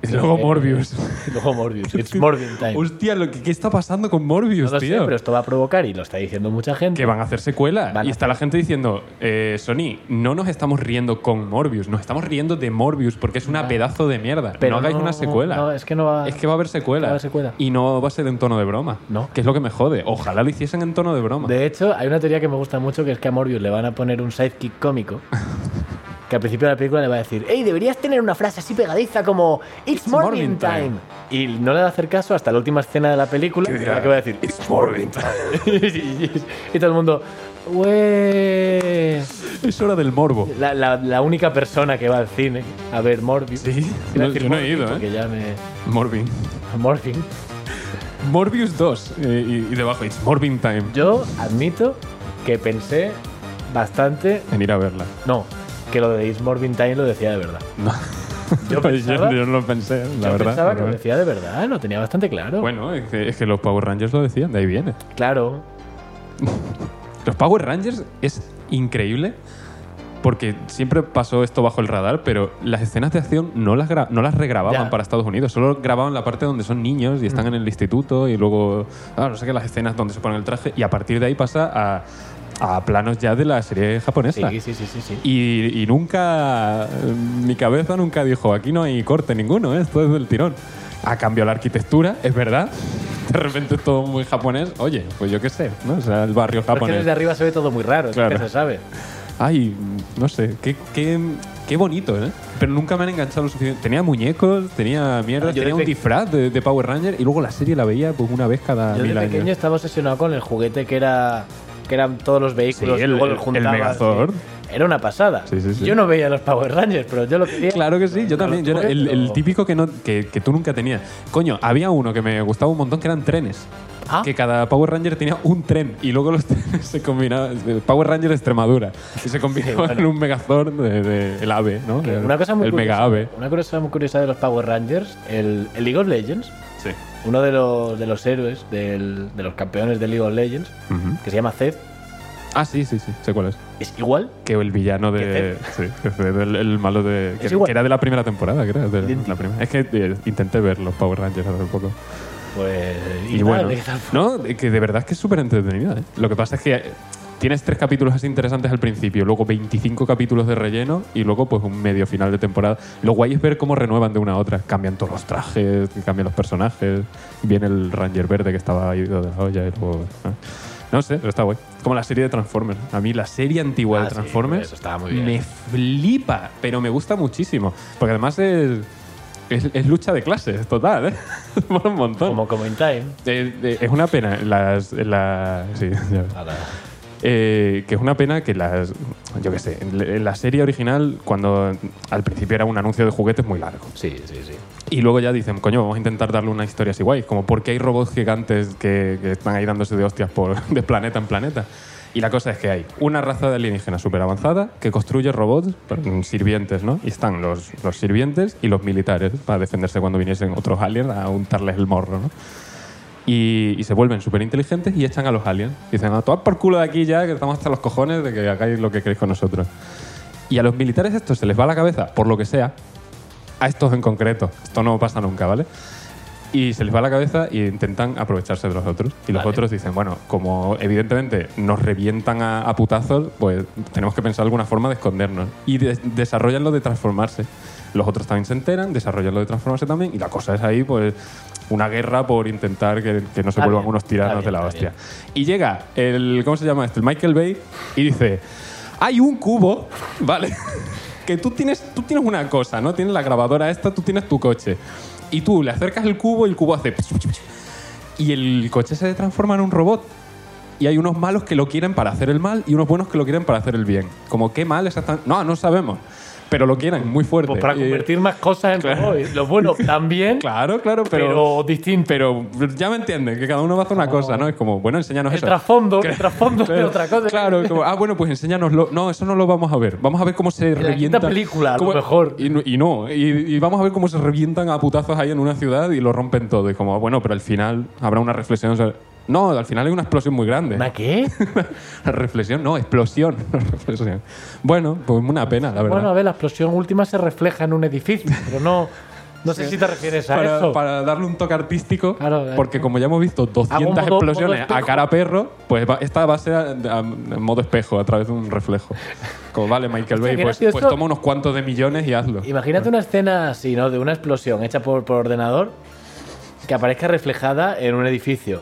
Speaker 2: Y luego
Speaker 1: Eh,
Speaker 2: Morbius.
Speaker 1: y luego Morbius. It's Morbius Time.
Speaker 2: Hostia, lo que, ¿qué está pasando con
Speaker 1: No
Speaker 2: Morbius,
Speaker 1: lo sé,
Speaker 2: tío?
Speaker 1: pero esto va a provocar y lo está diciendo mucha gente.
Speaker 2: Que van a hacer secuela.
Speaker 1: Van a
Speaker 2: y está la gente diciendo, eh, Sony, no nos estamos riendo con Morbius, nos estamos riendo de Morbius porque es una pedazo de mierda.
Speaker 1: Pero
Speaker 2: no hagáis una secuela.
Speaker 1: No, es que no va.
Speaker 2: Es que va a haber
Speaker 1: Va a
Speaker 2: secuela.
Speaker 1: haber secuela.
Speaker 2: Y no va a ser en tono de broma.
Speaker 1: No.
Speaker 2: Que es lo que me jode. Ojalá lo hiciesen en tono de broma.
Speaker 1: De hecho, hay una teoría que me gusta mucho que es que a Morbius le van a poner un sidekick cómico. Que al principio de la película le va a decir, hey, deberías tener una frase así pegadiza como It's, morning,
Speaker 2: morning time".
Speaker 1: time. Y no le va a hacer caso hasta la última escena de la película,
Speaker 2: ¿Qué
Speaker 1: en
Speaker 2: dirá?
Speaker 1: la que va a decir It's morning time. y todo el mundo, "Ué".
Speaker 2: Es hora del morbo.
Speaker 1: La, la- la única persona que va al cine a ver Morbius.
Speaker 2: Sí.
Speaker 1: Iba a
Speaker 2: No,
Speaker 1: decir
Speaker 2: yo no he
Speaker 1: Morbius
Speaker 2: ido, ¿eh?
Speaker 1: porque ya me...
Speaker 2: Morbin.
Speaker 1: Morphine.
Speaker 2: Morbius 2. eh, y, y debajo, it's Morbin time.
Speaker 1: Yo admito que pensé bastante
Speaker 2: En ir a verla.
Speaker 1: No, que lo de Is Morbin Time lo decía de verdad.
Speaker 2: No.
Speaker 1: Yo pensaba-
Speaker 2: yo no lo pensé, la
Speaker 1: Yo
Speaker 2: verdad.
Speaker 1: pensaba que
Speaker 2: la
Speaker 1: lo
Speaker 2: verdad.
Speaker 1: decía de verdad, lo tenía bastante claro.
Speaker 2: Bueno, es que, es que los Power Rangers lo decían, de ahí viene.
Speaker 1: Claro.
Speaker 2: Los Power Rangers es increíble porque siempre pasó esto bajo el radar, pero las escenas de acción no las, gra- no las regrababan
Speaker 1: Ya. Mm.
Speaker 2: para Estados Unidos, solo grababan la parte donde son niños y están en el instituto y luego, ah, no sé qué, las escenas donde se ponen el traje y a partir de ahí pasa a, a planos ya de la serie japonesa.
Speaker 1: Sí, sí, sí, sí. sí.
Speaker 2: Y, y nunca, eh, mi cabeza nunca dijo, aquí no hay corte ninguno, ¿eh? esto es del tirón. Ha cambiado la arquitectura, es verdad. De repente es todo muy japonés. Oye, pues yo qué sé, ¿no? O sea, el
Speaker 1: Pero
Speaker 2: barrio
Speaker 1: es que
Speaker 2: japonés.
Speaker 1: desde arriba se ve todo muy raro,
Speaker 2: Claro.
Speaker 1: claro. se sabe.
Speaker 2: Ay, no sé, qué, qué, qué bonito, ¿eh? Pero nunca me han enganchado lo suficiente. Tenía muñecos, tenía mierda,
Speaker 1: Ah, yo
Speaker 2: tenía un
Speaker 1: desde-
Speaker 2: disfraz de, de Power Ranger y luego la serie la veía pues una vez cada
Speaker 1: Yo
Speaker 2: mil
Speaker 1: de
Speaker 2: años.
Speaker 1: pequeño estaba obsesionado con el juguete que era que eran todos los vehículos
Speaker 2: Sí, el-
Speaker 1: luego los
Speaker 2: el- el
Speaker 1: juntabas,
Speaker 2: Megazord.
Speaker 1: sí. Era una pasada.
Speaker 2: Sí, sí, sí.
Speaker 1: Yo no veía los Power Rangers, pero yo lo quería.
Speaker 2: Claro que sí, yo
Speaker 1: Con
Speaker 2: también.
Speaker 1: los
Speaker 2: Yo era el, el
Speaker 1: juguetes,
Speaker 2: típico que, no, que, que tú nunca tenías. Coño, había uno que me gustaba un montón que eran trenes.
Speaker 1: Ah.
Speaker 2: Que cada Power Ranger tenía un tren y luego los trenes se combinaban. eh, Power Ranger Extremadura. Y se combinaban en un Megazord de, de- el ave, ¿no?
Speaker 1: o-
Speaker 2: El-
Speaker 1: Una cosa muy
Speaker 2: El
Speaker 1: curiosa,
Speaker 2: Mega Ave.
Speaker 1: Una cosa muy curiosa de los Power Rangers, el, el League of Legends,
Speaker 2: Sí.
Speaker 1: uno de los, de los héroes, del- de los campeones de League of Legends,
Speaker 2: Ujú.
Speaker 1: que se llama Zed,
Speaker 2: Ah, sí, sí, sí. Sé cuál es.
Speaker 1: es igual
Speaker 2: Que el villano de. Sí, que fue del- el, malo de. Que,
Speaker 1: Es igual.
Speaker 2: que era de la primera temporada, que era de la
Speaker 1: Idéntico.
Speaker 2: primera. Es que eh, intenté ver los Power Rangers hace poco.
Speaker 1: Pues.
Speaker 2: Y,
Speaker 1: nada,
Speaker 2: bueno,
Speaker 1: de que tal-
Speaker 2: no, de que de verdad es que es súper entretenida. ¿eh? Lo que pasa es que eh, tienes tres capítulos así interesantes al principio, luego 25 capítulos de relleno y luego pues un medio final de temporada. Lo guay es ver cómo renuevan de una a otra. Cambian todos los trajes, cambian los personajes, viene el Ranger verde que estaba ido de la olla y luego... ¿no? No sé, pero está guay. Como la serie de Transformers. A mí la serie antigua
Speaker 1: Ah,
Speaker 2: de
Speaker 1: sí,
Speaker 2: Transformers
Speaker 1: eso estaba muy bien.
Speaker 2: me flipa, pero me gusta muchísimo. Porque además es, es, es lucha de clases, total. ¿eh? Mola un montón.
Speaker 1: Como, como in time.
Speaker 2: Eh, eh, es una pena. Las, la- sí, ya ves.
Speaker 1: Ahora,
Speaker 2: Eh, que es una pena que las. Yo qué sé, en la- en la serie original, cuando al principio era un anuncio de juguetes muy largo.
Speaker 1: sí, sí, sí.
Speaker 2: Y luego ya dicen, coño, vamos a intentar darle una historia así guay, como por qué hay robots gigantes que, que están ahí dándose de hostias por, de planeta en planeta. Y la cosa es que hay una raza de alienígenas súper avanzada que construye robots, pero, mm, sirvientes, ¿no? Y están los, los sirvientes y los militares para defenderse cuando viniesen otros aliens a untarles el morro, ¿no? Y, y se vuelven súper inteligentes y echan a los aliens. Dicen, a tomad por culo de aquí ya, que estamos hasta los cojones de que hagáis lo que queréis con nosotros. Y a los militares esto se les va la cabeza, por lo que sea, a estos en concreto. Esto no pasa nunca, ¿vale? Y se les va la cabeza y intentan aprovecharse de los otros. Y los
Speaker 1: Vale.
Speaker 2: otros dicen, bueno, como evidentemente nos revientan a, a putazos, pues tenemos que pensar alguna forma de escondernos. Y de- desarrollan lo de transformarse. Los otros también se enteran, desarrollan lo de transformarse también. Y la cosa es ahí, pues, una guerra por intentar que, que no se
Speaker 1: Está
Speaker 2: vuelvan
Speaker 1: bien,
Speaker 2: unos tiranos
Speaker 1: está
Speaker 2: de la
Speaker 1: bien,
Speaker 2: hostia.
Speaker 1: está
Speaker 2: Y llega el, ¿cómo se llama este? El Michael Bay y dice, hay un cubo, ¿vale? que tú tienes, tú tienes una cosa, ¿no? Tienes la grabadora esta, tú tienes tu coche. Y tú le acercas el cubo y el cubo hace... Y el coche se transforma en un robot. Y hay unos malos que lo quieren para hacer el mal y unos buenos que lo quieren para hacer el bien. Como, ¿qué mal exactamente? No, no sabemos. Pero lo quieren muy fuerte.
Speaker 1: Pues para
Speaker 2: Y-
Speaker 1: convertir más cosas en robots. Lo bueno también,
Speaker 2: Claro, claro, pero...
Speaker 1: pero, distinto.
Speaker 2: Pero ya me entienden, que cada uno va a hacer una cosa, ¿no? Es como, bueno, enséñanos
Speaker 1: El
Speaker 2: eso.
Speaker 1: trasfondo, el trasfondo de otra cosa.
Speaker 2: Claro, como, ah, bueno, pues enséñanoslo. No, eso no lo vamos a ver. Vamos a ver cómo se
Speaker 1: la
Speaker 2: revienta.
Speaker 1: quinta película, a lo
Speaker 2: Cómo-
Speaker 1: mejor.
Speaker 2: Y, no- y no, y, y vamos a ver cómo se revientan a putazos ahí en una ciudad y lo rompen todo. Y como, ah, bueno, pero al final habrá una reflexión. sobre- No, al final hay una explosión muy grande.
Speaker 1: ¿Una qué?
Speaker 2: reflexión, no, explosión. Reflexión. Bueno, pues una pena, la verdad.
Speaker 1: Bueno, a ver, la explosión última se refleja en un edificio, pero no, no sé si te refieres a
Speaker 2: para,
Speaker 1: eso.
Speaker 2: para darle un toque artístico,
Speaker 1: Claro, claro.
Speaker 2: porque como ya hemos visto 200
Speaker 1: modo- modo
Speaker 2: explosiones
Speaker 1: espejo.
Speaker 2: a cara a perro, pues va- esta va a ser a- a- en modo espejo, a través de un reflejo. Como vale, Michael Bay,
Speaker 1: qué
Speaker 2: pues,
Speaker 1: gracioso.
Speaker 2: pues toma unos cuantos de millones y hazlo.
Speaker 1: Imagínate una escena así, ¿no? De una explosión hecha por, por ordenador que aparezca reflejada en un edificio.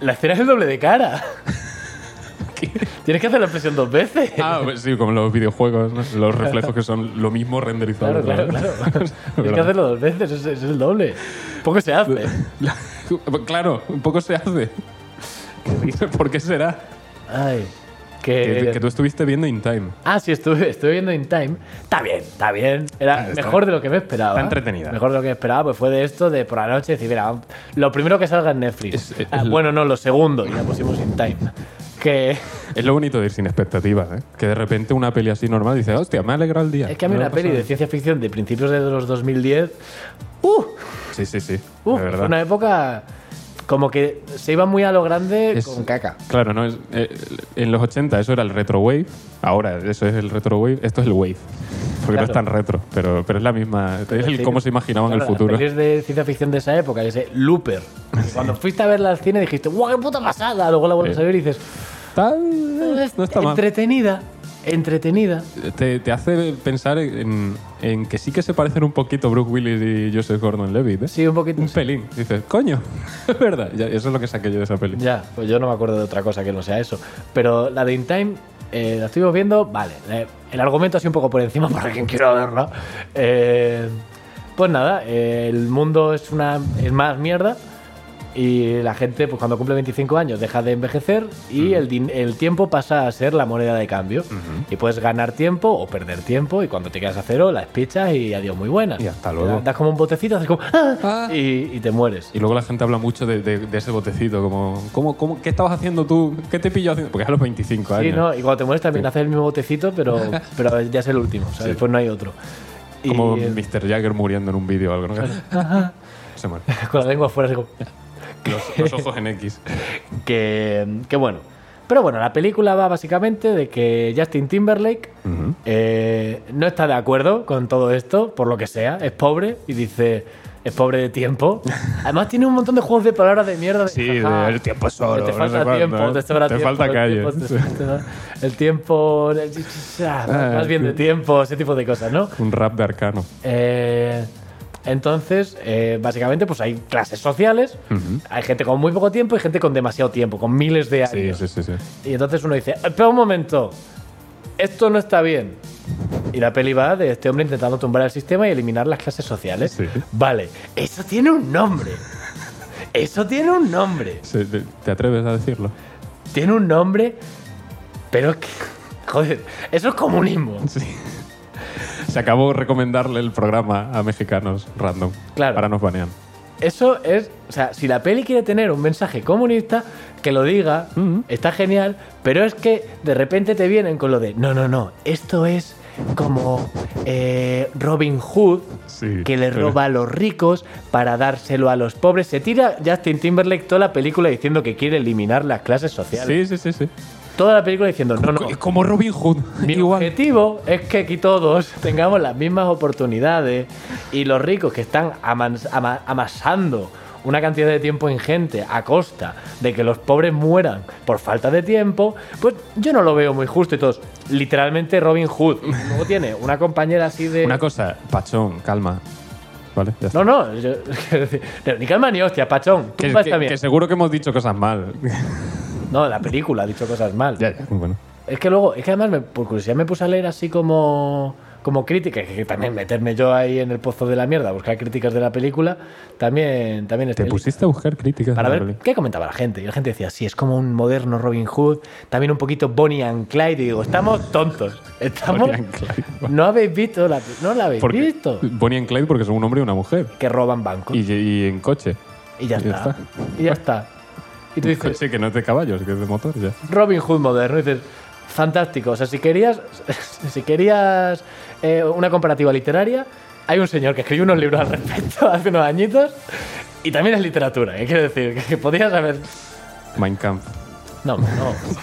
Speaker 1: La escena es el doble de cara. Tienes que hacer la explosión dos veces.
Speaker 2: Ah, pues sí, como los videojuegos, ¿no? los reflejos que son lo mismo renderizados.
Speaker 1: claro, claro,
Speaker 2: ¿no?
Speaker 1: claro. Tienes que hacerlo dos veces, es, es el doble. Poco se hace.
Speaker 2: pues, Claro, un poco se hace. ¿Por qué será?
Speaker 1: Ay,
Speaker 2: Que,
Speaker 1: que,
Speaker 2: que tú estuviste viendo In Time.
Speaker 1: Ah, sí, estuve, estuve viendo In Time. Está bien, está bien. Era mejor de lo que me esperaba.
Speaker 2: está entretenida.
Speaker 1: Mejor de lo que esperaba, pues fue de esto de por la noche decir, mira, lo primero que salga en Netflix.
Speaker 2: Es- es-
Speaker 1: Ah,
Speaker 2: es-
Speaker 1: bueno, no, lo segundo, y la pusimos In Time. Que
Speaker 2: Es lo bonito de ir sin expectativas, ¿eh? Que de repente una peli así normal dice, hostia, me ha alegrado el día.
Speaker 1: es que a mí
Speaker 2: Me lo
Speaker 1: una
Speaker 2: he
Speaker 1: peli
Speaker 2: pasado
Speaker 1: de ciencia ficción de principios de los 2010, ¡uh!
Speaker 2: Sí, sí, sí.
Speaker 1: ¡uh!
Speaker 2: de verdad.
Speaker 1: Fue una época como que se iba muy a lo grande
Speaker 2: Es-
Speaker 1: con caca.
Speaker 2: Claro, no es, eh, en los 80 eso era el retro wave, ahora eso es el retro wave, esto es el wave. Porque
Speaker 1: Claro.
Speaker 2: no es tan retro, pero, pero es la misma, es el
Speaker 1: Sí.
Speaker 2: cómo se imaginaban
Speaker 1: Claro,
Speaker 2: el futuro.
Speaker 1: Las pelis de ciencia ficción de esa época, que sé, Looper. Que Cuando fuiste a verla al cine dijiste, ¡guau, qué puta pasada! Luego la vuelves
Speaker 2: Sí.
Speaker 1: a ver y dices,
Speaker 2: Está- no está mal.
Speaker 1: entretenida, entretenida.
Speaker 2: Te, te hace pensar en, en que sí que se parecen un poquito Brooke Willis y Joseph Gordon-Levitt. ¿eh?
Speaker 1: Sí, un poquito.
Speaker 2: Un pelín. Dices, coño, es verdad. Ya, eso es lo que saqué yo de esa peli.
Speaker 1: Ya, pues yo no me acuerdo de otra cosa que no sea eso. Pero la de In Time, eh, la estuvimos viendo, vale. eh, el argumento así un poco por encima para quien quiera verla. Eh, pues nada, eh, el mundo es una es más mierda. Y la gente, pues cuando cumple 25 años, deja de envejecer y el, din- el tiempo pasa a ser la moneda de cambio. Y puedes ganar tiempo o perder tiempo. Y cuando te quedas a cero, las pichas y adiós, muy buenas.
Speaker 2: Y hasta luego.
Speaker 1: Das como un botecito, haces como. "Ah",
Speaker 2: Ah.
Speaker 1: Y, y te mueres.
Speaker 2: Y luego la gente habla mucho de, de- de ese botecito, como, ¿cómo, cómo, ¿qué estabas haciendo tú? ¿Qué te pilló haciendo? Porque es a los 25 años.
Speaker 1: Sí, no, y cuando te mueres también haces el mismo botecito, pero, pero ya es el último, o sea,
Speaker 2: Sí.
Speaker 1: después no hay otro. Y
Speaker 2: Como
Speaker 1: eh,
Speaker 2: Mr. Jagger muriendo en un vídeo o algo, ¿no? Se muere.
Speaker 1: con la lengua afuera, así como,
Speaker 2: Los, los ojos en X.
Speaker 1: que, que bueno. Pero bueno, la película va básicamente de que Justin Timberlake eh, no está de acuerdo con todo esto, por lo que sea, es pobre y dice, es pobre de tiempo. Además tiene un montón de juegos de palabras de mierda. de,
Speaker 2: Sí,
Speaker 1: "Jaja,
Speaker 2: de el tiempo es oro",
Speaker 1: Te
Speaker 2: no
Speaker 1: falta
Speaker 2: sé cuánto,
Speaker 1: tiempo,
Speaker 2: ¿eh?
Speaker 1: te sobra
Speaker 2: Te
Speaker 1: tiempo,
Speaker 2: falta
Speaker 1: el
Speaker 2: calle.
Speaker 1: tiempo te- El tiempo, ah, más bien de tiempo, ese tipo de cosas, ¿no?
Speaker 2: Un rap de arcano.
Speaker 1: Eh, Entonces, eh, básicamente, pues hay clases sociales, hay gente con muy poco tiempo y gente con demasiado tiempo, con miles de
Speaker 2: Sí,
Speaker 1: años.
Speaker 2: sí, sí, sí.
Speaker 1: Y entonces uno dice, espera un momento, esto no está bien. Y la peli va de este hombre intentando tumbar el sistema y eliminar las clases sociales.
Speaker 2: Sí.
Speaker 1: Vale, eso tiene un nombre. Eso tiene un nombre.
Speaker 2: Sí, te- ¿Te atreves a decirlo?
Speaker 1: Tiene un nombre, pero es que... Joder, eso es comunismo.
Speaker 2: Se acabó recomendarle el programa a mexicanos random.
Speaker 1: Claro.
Speaker 2: Ahora nos banean.
Speaker 1: Eso es, o sea, si la peli quiere tener un mensaje comunista, que lo diga, está genial, pero es que de repente te vienen con lo de, no, no, no, esto es como eh, Robin Hood,
Speaker 2: Sí,
Speaker 1: que le
Speaker 2: pero-
Speaker 1: roba a los ricos para dárselo a los pobres. Se tira Justin Timberlake toda la película diciendo que quiere eliminar las clases sociales.
Speaker 2: Sí, sí, sí, sí.
Speaker 1: Toda la película diciendo, no, no.
Speaker 2: Como Robin Hood.
Speaker 1: Mi
Speaker 2: Igual.
Speaker 1: objetivo es que aquí todos tengamos las mismas oportunidades y los ricos que están aman- ama- amasando una cantidad de tiempo ingente a costa de que los pobres mueran por falta de tiempo, pues yo no lo veo muy justo y todos. Literalmente Robin Hood. Luego tiene una compañera así de...
Speaker 2: Una cosa, Pachón, calma. Vale, ya
Speaker 1: no,
Speaker 2: está.
Speaker 1: no, yo- quiero decir, ni calma ni hostia, pachón.
Speaker 2: Que,
Speaker 1: Tumba
Speaker 2: que-
Speaker 1: esta mierda.
Speaker 2: que seguro que hemos dicho cosas mal.
Speaker 1: No, la película ha dicho cosas mal.
Speaker 2: ya, ya. Bueno.
Speaker 1: Es que luego, es que además, me- por curiosidad, me puse a leer así como, como críticas, que también meterme yo ahí en el pozo de la mierda, a buscar críticas de la película, también, también es
Speaker 2: Te
Speaker 1: peli-
Speaker 2: pusiste a buscar críticas.
Speaker 1: Para
Speaker 2: de la
Speaker 1: ver
Speaker 2: peli.
Speaker 1: qué comentaba la gente. Y la gente decía, sí, es como un moderno Robin Hood, también un poquito Bonnie and Clyde. Y digo, estamos tontos. Estamos.
Speaker 2: Bonnie and Clyde.
Speaker 1: No habéis visto la pe- No la habéis
Speaker 2: Porque-
Speaker 1: visto.
Speaker 2: Bonnie and Clyde porque son un hombre y una mujer.
Speaker 1: Que roban bancos.
Speaker 2: Y,
Speaker 1: Y,
Speaker 2: y en coche.
Speaker 1: ya,
Speaker 2: y ya
Speaker 1: está.
Speaker 2: está. Pues
Speaker 1: Y ya está. Y tú
Speaker 2: Un
Speaker 1: dices,
Speaker 2: coche que no es de caballos, que es de motor. Ya.
Speaker 1: Robin Hood moderno. Y dices, fantástico. O sea, si querías, si querías eh, una comparativa literaria, hay un señor que escribió unos libros al respecto hace unos añitos y también es literatura. ¿Qué quiero decir? Que, que podías haber.
Speaker 2: Mein Kampf.
Speaker 1: No, no.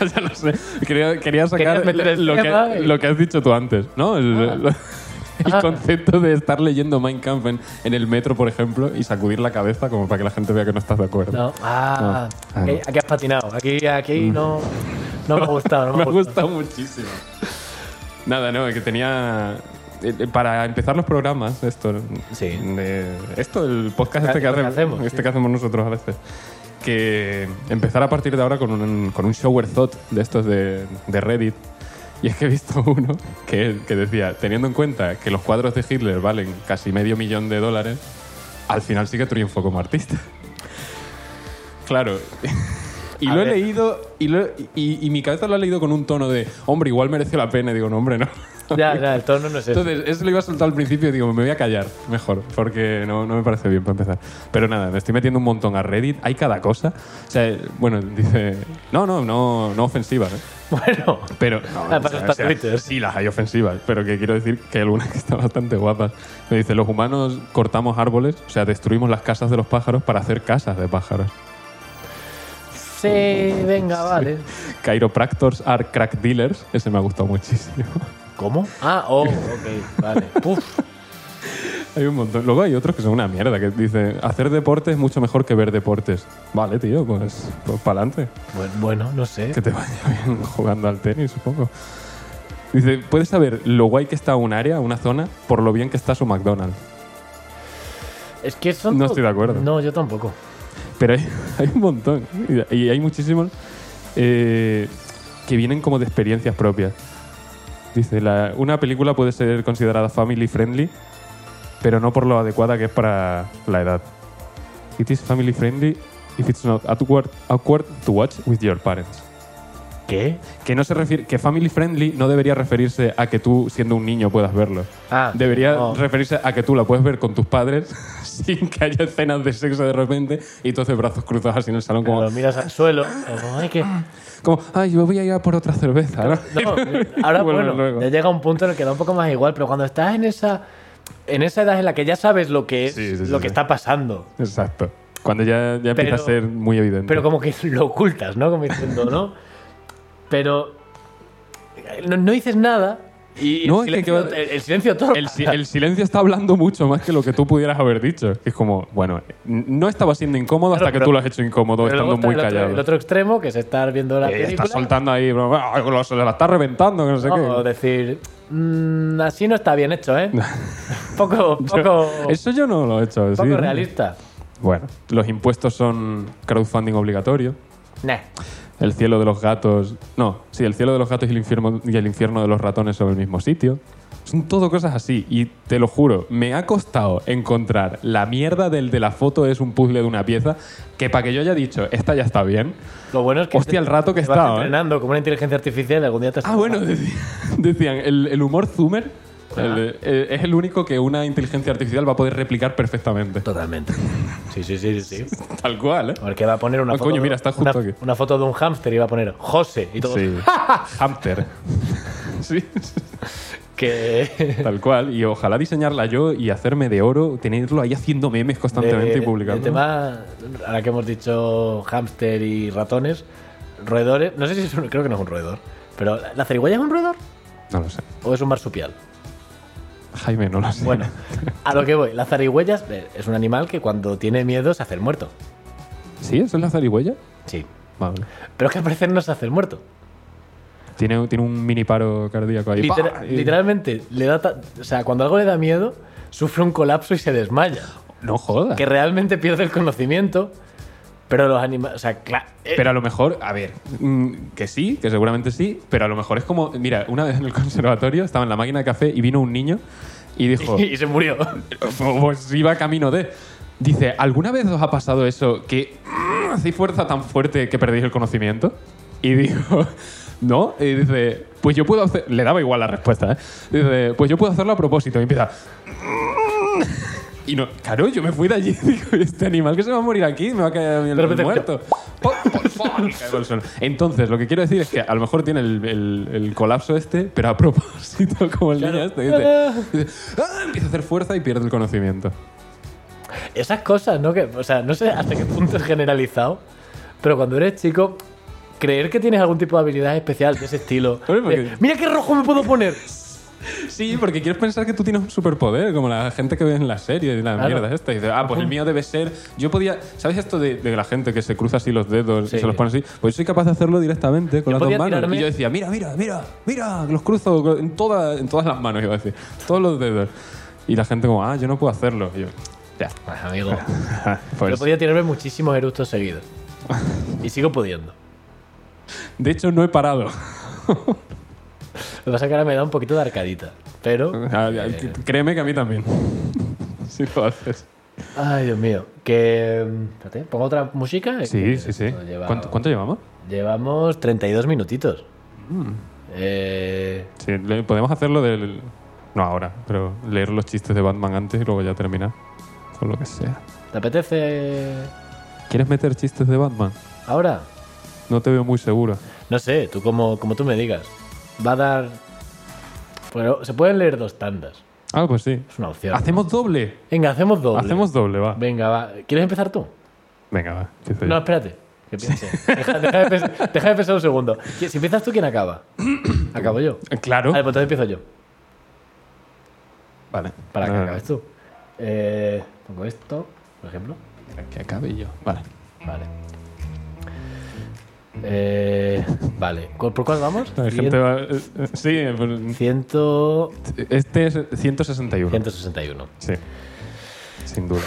Speaker 2: ya lo sé. Quería, quería sacar
Speaker 1: Querías meter el
Speaker 2: lo
Speaker 1: tema
Speaker 2: que,
Speaker 1: y-
Speaker 2: lo que has dicho tú antes, ¿no? El, lo- el
Speaker 1: Ah.
Speaker 2: concepto de estar leyendo Mein Kampf en, en el metro, por ejemplo, y sacudir la cabeza como para que la gente vea que no estás de acuerdo.
Speaker 1: no. Ah,
Speaker 2: No. Mm.
Speaker 1: aquí, aquí has patinado. Aquí, aquí no. No me ha gustado, no
Speaker 2: me
Speaker 1: me
Speaker 2: ha
Speaker 1: ha gustado.
Speaker 2: gustado muchísimo. Nada, no, que tenía... eh, eh, Para empezar los programas, esto,
Speaker 1: Sí.
Speaker 2: de- esto, el podcast este que,
Speaker 1: Lo que
Speaker 2: hacemos,
Speaker 1: hacemos,
Speaker 2: este
Speaker 1: sí.
Speaker 2: que hacemos nosotros a veces, que empezar a partir de ahora con un, con un shower thought de estos de, de Reddit. Y es que he visto uno que, que decía, teniendo en cuenta que los cuadros de Hitler valen casi medio millón de dólares, al final sí que triunfo como artista. Claro. Y
Speaker 1: A
Speaker 2: lo he
Speaker 1: ver.
Speaker 2: leído y, lo- y- y mi cabeza lo ha leído con un tono de, hombre, igual mereció la pena. Y digo, no, hombre, no.
Speaker 1: Ya, ya, el tono no es ese.
Speaker 2: Entonces, eso lo iba a soltar al principio y digo, me voy a callar mejor, porque no, no me parece bien para empezar. Pero nada, me estoy metiendo un montón a Reddit, hay cada cosa. O sea, bueno, dice, no, no, no, no ofensivas, ¿eh?
Speaker 1: Bueno,
Speaker 2: Pero
Speaker 1: Ah, para eso está Twitter.
Speaker 2: sí las hay ofensivas, pero que quiero decir que hay algunas que están bastante guapas. Me dice, los humanos cortamos árboles, o sea, destruimos las casas de los pájaros para hacer casas de pájaros.
Speaker 1: sí, venga, vale.
Speaker 2: Chiropractors are crack dealers, ese me ha gustado muchísimo.
Speaker 1: ¿Cómo? Ah, oh, ok, vale. Puf.
Speaker 2: hay un montón. Luego hay otros que son una mierda, que dice, hacer deporte es mucho mejor que ver deportes. Vale, tío, pues, pues para adelante.
Speaker 1: Bueno, bueno, no sé.
Speaker 2: Que te vaya bien jugando al tenis, supongo. Dice, puedes saber lo guay que está un área, una zona, por lo bien que está su McDonald's.
Speaker 1: Es que son.
Speaker 2: No estoy de acuerdo.
Speaker 1: No, yo tampoco.
Speaker 2: Pero hay, hay un montón. Y y hay muchísimos eh, que vienen como de experiencias propias. Dice, la- una película puede ser considerada family friendly, pero no por lo adecuada que es para la edad. It is family friendly if it's not awkward, awkward to watch with your parents.
Speaker 1: ¿Qué?
Speaker 2: Que no se refiere, que family friendly no debería referirse a que tú siendo un niño puedas verlo.
Speaker 1: Ah,
Speaker 2: Debería
Speaker 1: no.
Speaker 2: referirse a que tú la puedes ver con tus padres sin que haya escenas de sexo de repente y tú haces brazos cruzados así en el salón como,
Speaker 1: Cuando miras al suelo, como, ay, que.
Speaker 2: como ay, yo voy a ir a por otra cerveza. ¿no?
Speaker 1: No, ahora
Speaker 2: Y vuelve
Speaker 1: bueno,
Speaker 2: luego.
Speaker 1: ya llega un punto en el que da un poco más igual, pero cuando estás en esa. En esa edad en la que ya sabes lo que es,
Speaker 2: Sí, sí, sí,
Speaker 1: lo que
Speaker 2: sí.
Speaker 1: está pasando.
Speaker 2: Exacto. Cuando ya, ya empieza
Speaker 1: Pero-
Speaker 2: a ser muy evidente.
Speaker 1: Pero como que lo ocultas, ¿no? Como diciendo, ¿no? Pero. No, no dices nada y
Speaker 2: No,
Speaker 1: el,
Speaker 2: es que-
Speaker 1: silencio,
Speaker 2: que-
Speaker 1: el- el silencio torpe.
Speaker 2: el, si- el silencio está hablando mucho más que lo que tú pudieras haber dicho. Es como, bueno, n- no estaba siendo incómodo hasta
Speaker 1: Claro,
Speaker 2: que
Speaker 1: pero-
Speaker 2: tú lo has hecho incómodo,
Speaker 1: Pero luego
Speaker 2: estando
Speaker 1: está
Speaker 2: muy
Speaker 1: el otro-
Speaker 2: callado.
Speaker 1: El otro extremo, que es estar viendo la
Speaker 2: Eh,
Speaker 1: película.
Speaker 2: está soltando ahí, bro, "Ah, lo- se la está reventando, que no sé
Speaker 1: ¿no? O
Speaker 2: qué.
Speaker 1: decir, mm, así no está bien hecho, ¿eh? poco poco,
Speaker 2: Eso yo no lo he hecho.
Speaker 1: poco
Speaker 2: sí, ¿no?
Speaker 1: realista.
Speaker 2: Bueno, los impuestos son crowdfunding obligatorio.
Speaker 1: Nah.
Speaker 2: El cielo de los gatos. No, sí, el cielo de los gatos y el infierno, y el infierno de los ratones sobre el mismo sitio. Son todo cosas así. Y te lo juro, me ha costado encontrar la mierda del de la foto es un puzzle de una pieza. Que para que yo haya dicho, esta ya está bien.
Speaker 1: Lo bueno es que.
Speaker 2: Hostia, el rato que
Speaker 1: te
Speaker 2: he
Speaker 1: vas
Speaker 2: estado, ¿eh?
Speaker 1: entrenando como una inteligencia artificial y algún día te
Speaker 2: Ah, bueno, decían, decían, el, el humor Zoomer
Speaker 1: Ah.
Speaker 2: el- eh, es el único que una inteligencia artificial va a poder replicar perfectamente.
Speaker 1: Totalmente. Sí, sí, sí, sí. sí.
Speaker 2: Tal cual, ¿eh?
Speaker 1: Porque va a poner una
Speaker 2: Ah,
Speaker 1: foto.
Speaker 2: coño, mira, está
Speaker 1: una,
Speaker 2: justo aquí.
Speaker 1: una foto de un hámster y va a poner José y todo.
Speaker 2: Sí. Hamster. sí.
Speaker 1: Que.
Speaker 2: Tal cual, y ojalá diseñarla yo y hacerme de oro, tenerlo ahí haciendo memes constantemente
Speaker 1: de-
Speaker 2: y publicando.
Speaker 1: El tema, ahora que hemos dicho hámster y ratones, roedores. No sé si es un- creo que no es un roedor. Pero, ¿la zarigüeya es un roedor?
Speaker 2: No lo sé.
Speaker 1: ¿O es un marsupial?
Speaker 2: Jaime, no lo sé.
Speaker 1: Bueno, a lo que voy. La zarigüeya es- es un animal que cuando tiene miedo se hace el muerto.
Speaker 2: ¿Sí? ¿Eso es la zarigüeya?
Speaker 1: Sí.
Speaker 2: Vale.
Speaker 1: Pero es que al parecer no se hace el muerto.
Speaker 2: Tiene, tiene un mini paro cardíaco ahí.
Speaker 1: Litera-
Speaker 2: ¡Pah! Y-
Speaker 1: literalmente, le da ta- o sea, cuando algo le da miedo, sufre un colapso y se desmaya.
Speaker 2: No jodas.
Speaker 1: Que realmente pierde el conocimiento, pero los animales. O sea, cla- eh,
Speaker 2: Pero a lo mejor, a ver, mm, que sí, que seguramente sí, pero a lo mejor es como, mira, una vez en el conservatorio estaba en la máquina de café y vino un niño y dijo,
Speaker 1: y se murió.
Speaker 2: pues iba camino de... Dice, ¿alguna vez os ha pasado eso que mm, hacéis fuerza tan fuerte que perdéis el conocimiento? Y digo, no. Y dice, pues yo puedo hacer... Le daba igual la respuesta, ¿eh? Dice, pues yo puedo hacerlo a propósito. Y empieza... mm. Y no, claro, yo me fui de allí. Digo, este animal que se va a morir aquí me va a caer a mí el
Speaker 1: De repente,
Speaker 2: muerto. Po- por favor, y caigo al suelo. Entonces, lo que quiero decir es que a lo mejor tiene el, el- el colapso este, pero a propósito, como el niño este. que dice, dice, "Ah", empieza a hacer fuerza y pierde el conocimiento.
Speaker 1: Esas cosas, ¿no? Que, o sea, no sé hasta qué punto es generalizado, pero cuando eres chico, creer que tienes algún tipo de habilidad especial de ese estilo.
Speaker 2: Hombre, porque-
Speaker 1: de, Mira qué rojo me puedo poner.
Speaker 2: Sí, porque quieres pensar que tú tienes un superpoder, como la gente que ve en las series y la
Speaker 1: Claro.
Speaker 2: mierda esta. Y dices, ah, pues el mío debe ser. Yo podía. ¿Sabes esto de, de la gente que se cruza así los dedos
Speaker 1: Sí.
Speaker 2: y se los pone así? Pues yo soy capaz de hacerlo directamente
Speaker 1: Yo
Speaker 2: con las dos
Speaker 1: podía
Speaker 2: manos.
Speaker 1: tirarme-
Speaker 2: Y yo decía, mira, mira, mira, mira, los cruzo con- en, toda- en todas las manos, iba a decir. Todos los dedos. Y la gente, como, ah, yo no puedo hacerlo. Y yo, ya.
Speaker 1: Ah, amigo, yo
Speaker 2: Pues,
Speaker 1: podía tirarme muchísimos eructos seguidos. Y sigo pudiendo.
Speaker 2: de hecho, no he parado.
Speaker 1: Lo que pasa es que ahora me da un poquito de arcadita. Pero.
Speaker 2: Ah, ya,
Speaker 1: eh,
Speaker 2: Créeme que a mí también. sí lo haces.
Speaker 1: Ay, Dios mío. Que. mm, Espérate, ¿pongo otra música?
Speaker 2: Sí,
Speaker 1: Que
Speaker 2: sí, sí.
Speaker 1: esto lleva-
Speaker 2: ¿Cuánto, cuánto llevamos?
Speaker 1: Llevamos 32 minutitos.
Speaker 2: Mm.
Speaker 1: Eh,
Speaker 2: Sí, le- podemos hacerlo del. No ahora, pero leer los chistes de Batman antes y luego ya terminar. Con lo que sea.
Speaker 1: ¿Te apetece
Speaker 2: ¿Quieres meter chistes de Batman?
Speaker 1: ahora?
Speaker 2: No te veo muy seguro.
Speaker 1: No sé, tú como, como tú me digas. Va a dar. Bueno, se pueden leer dos tandas.
Speaker 2: Ah, pues sí.
Speaker 1: Es una opción.
Speaker 2: Hacemos doble.
Speaker 1: Venga, hacemos doble.
Speaker 2: Hacemos doble, va.
Speaker 1: Venga, va. ¿Quieres empezar tú?
Speaker 2: Venga, va. empiezo
Speaker 1: No,
Speaker 2: yo.
Speaker 1: espérate. Que piense. Deja, deja de pens- deja de pensar un segundo. Si empiezas tú, ¿quién acaba? Acabo yo.
Speaker 2: Eh, Claro.
Speaker 1: Vale, pues entonces empiezo yo.
Speaker 2: Vale.
Speaker 1: Para que
Speaker 2: Ah,
Speaker 1: acabes tú. Eh, pongo esto, por ejemplo.
Speaker 2: pues, Que acabe yo. Vale.
Speaker 1: Vale. Eh, vale. ¿Cu- ¿Por cuál vamos?
Speaker 2: La
Speaker 1: Cien-
Speaker 2: gente va- eh, eh, Sí, eh, pues,
Speaker 1: ciento-
Speaker 2: este es 161.
Speaker 1: 161.
Speaker 2: Sí. Sin duda.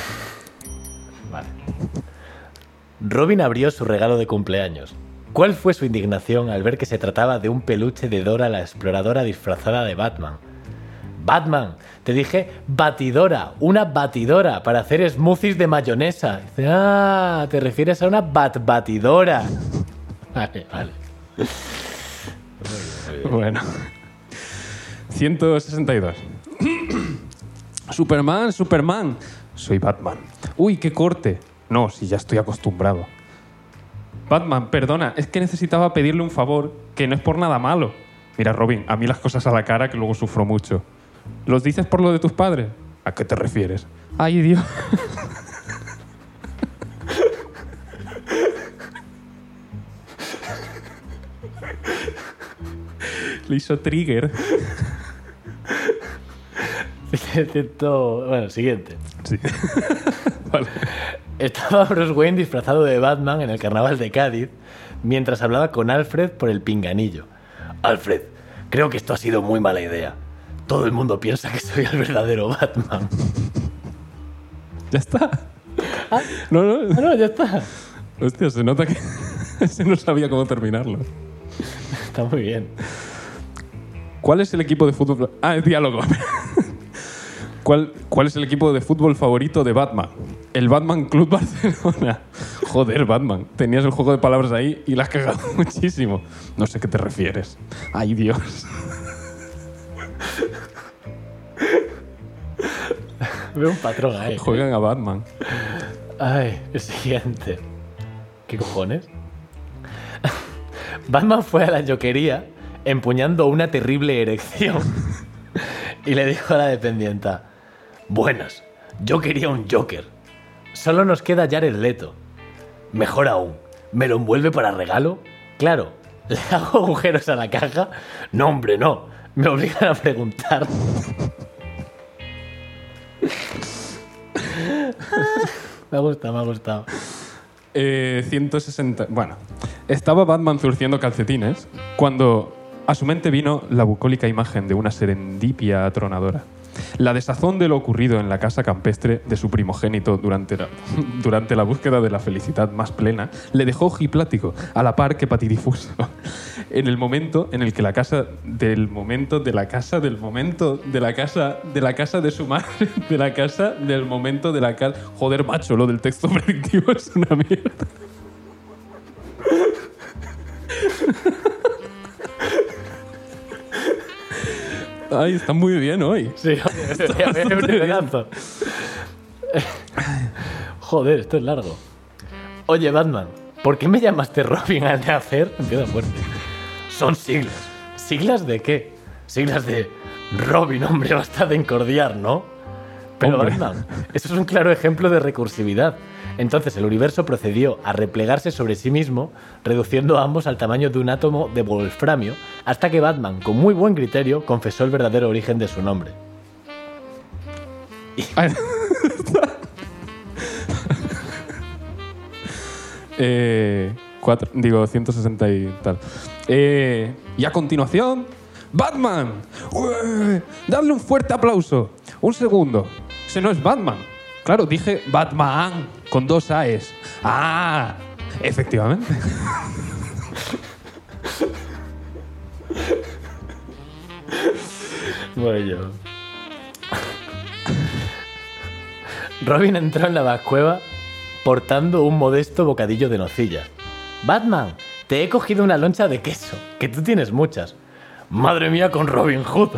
Speaker 1: Vale. Robin abrió su regalo de cumpleaños. ¿Cuál fue su indignación al ver que se trataba de un peluche de Dora la exploradora disfrazada de Batman? Batman, te dije batidora, una batidora para hacer smoothies de mayonesa. Dice, ah, te refieres a una bat batidora. Vale, vale.
Speaker 2: Bueno. 162. Superman, Superman. Soy Batman. Uy, qué corte. No, si ya estoy acostumbrado. Batman, perdona, es que necesitaba pedirle un favor, que no es por nada malo. Mira, Robin, a mí las cosas a la cara que luego sufro mucho. ¿Los dices por lo de tus padres? ¿A qué te refieres? Ay, Dios. Le hizo trigger.
Speaker 1: Ciento- Bueno, siguiente.
Speaker 2: Sí. vale.
Speaker 1: Estaba Bruce Wayne disfrazado de Batman en el carnaval de Cádiz mientras hablaba con Alfred por el pinganillo. Alfred, creo que esto ha sido muy mala idea. Todo el mundo piensa que soy el verdadero Batman.
Speaker 2: Ya está. No,
Speaker 1: Ah,
Speaker 2: no.
Speaker 1: no, ya está.
Speaker 2: Hostia, se nota que se no sabía cómo terminarlo.
Speaker 1: Está muy bien.
Speaker 2: ¿Cuál es el equipo de fútbol? Ah, es diálogo. ¿Cuál, ¿Cuál es el equipo de fútbol favorito de Batman? El Batman Club Barcelona. Joder, Batman. Tenías el juego de palabras ahí y la has cagado muchísimo. No sé a qué te refieres. Ay, Dios.
Speaker 1: Veo un patrón ahí.
Speaker 2: Juegan a Batman.
Speaker 1: Ay, el siguiente. ¿Qué cojones? Batman fue a la joquería empuñando una terrible erección y le dijo a la dependienta, buenas, yo quería un Joker. Solo nos queda Jared Leto. Mejor aún, ¿me lo envuelve para regalo? Claro, ¿le hago agujeros a la caja? No, hombre, no. Me obligan a preguntar. Me ha gustado, me ha gustado.
Speaker 2: Eh, 160. Bueno, estaba Batman zurciendo calcetines cuando a su mente vino la bucólica imagen de una serendipia atronadora. La desazón de lo ocurrido en la casa campestre de su primogénito durante la, durante la búsqueda de la felicidad más plena le dejó ojiplático, a la par que patidifuso. En el momento en el que la casa del momento de la casa del momento de la casa de la casa de su madre de la casa del momento de la casa... Joder, macho, lo del texto predictivo es una mierda. Ay, está muy bien hoy.
Speaker 1: Sí, estoy a ver un pedazo. Joder, esto es largo. Oye, Batman, ¿por qué me llamaste Robin al nacer? Empieza fuerte. Son siglas. ¿Siglas de qué? Siglas de Robin, hombre, basta de encordiar, ¿no? Pero
Speaker 2: Hombre.
Speaker 1: Batman, eso es un claro ejemplo de recursividad. Entonces el universo procedió a replegarse sobre sí mismo, reduciendo a ambos al tamaño de un átomo de wolframio, hasta que Batman, con muy buen criterio, confesó el verdadero origen de su nombre.
Speaker 2: Ay. Eh, cuatro- digo, 160 y tal. Eh, y a continuación, Batman. Ué, dadle un fuerte aplauso. Un segundo. Ese no es Batman. Claro, dije Batman con dos A's. Ah, efectivamente.
Speaker 1: Bueno. Robin entró en la vascueva portando un modesto bocadillo de nocilla. Batman, te he cogido una loncha de queso, que tú tienes muchas. Madre mía con Robin Hood.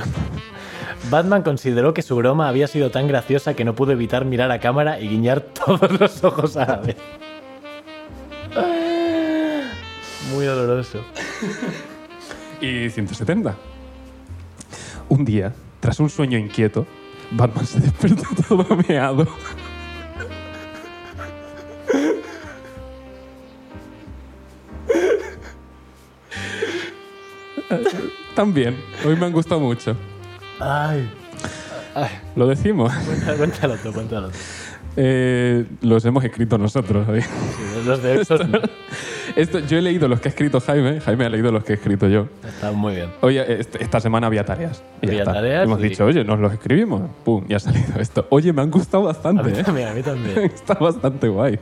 Speaker 1: Batman consideró que su broma había sido tan graciosa que no pudo evitar mirar a cámara y guiñar todos los ojos a la vez. Muy doloroso.
Speaker 2: Y 170. Un día, tras un sueño inquieto, Batman se despertó todo meado. También, hoy me han gustado mucho.
Speaker 1: Ay.
Speaker 2: Lo decimos.
Speaker 1: Cuéntalo tú, cuéntalo tú.
Speaker 2: Eh, los hemos escrito nosotros. hoy.
Speaker 1: Sí, Los de Exos no.
Speaker 2: Esto, yo he leído los que ha escrito Jaime, Jaime ha leído los que he escrito yo.
Speaker 1: Está muy bien.
Speaker 2: Oye, est- esta semana había tareas. Y ya
Speaker 1: Había
Speaker 2: está.
Speaker 1: tareas
Speaker 2: Hemos
Speaker 1: y-
Speaker 2: dicho, oye, nos los escribimos. Pum, y ha salido esto. Oye, me han gustado
Speaker 1: A mí
Speaker 2: bastante, ¿eh?
Speaker 1: también, a mí también.
Speaker 2: Está bastante guay.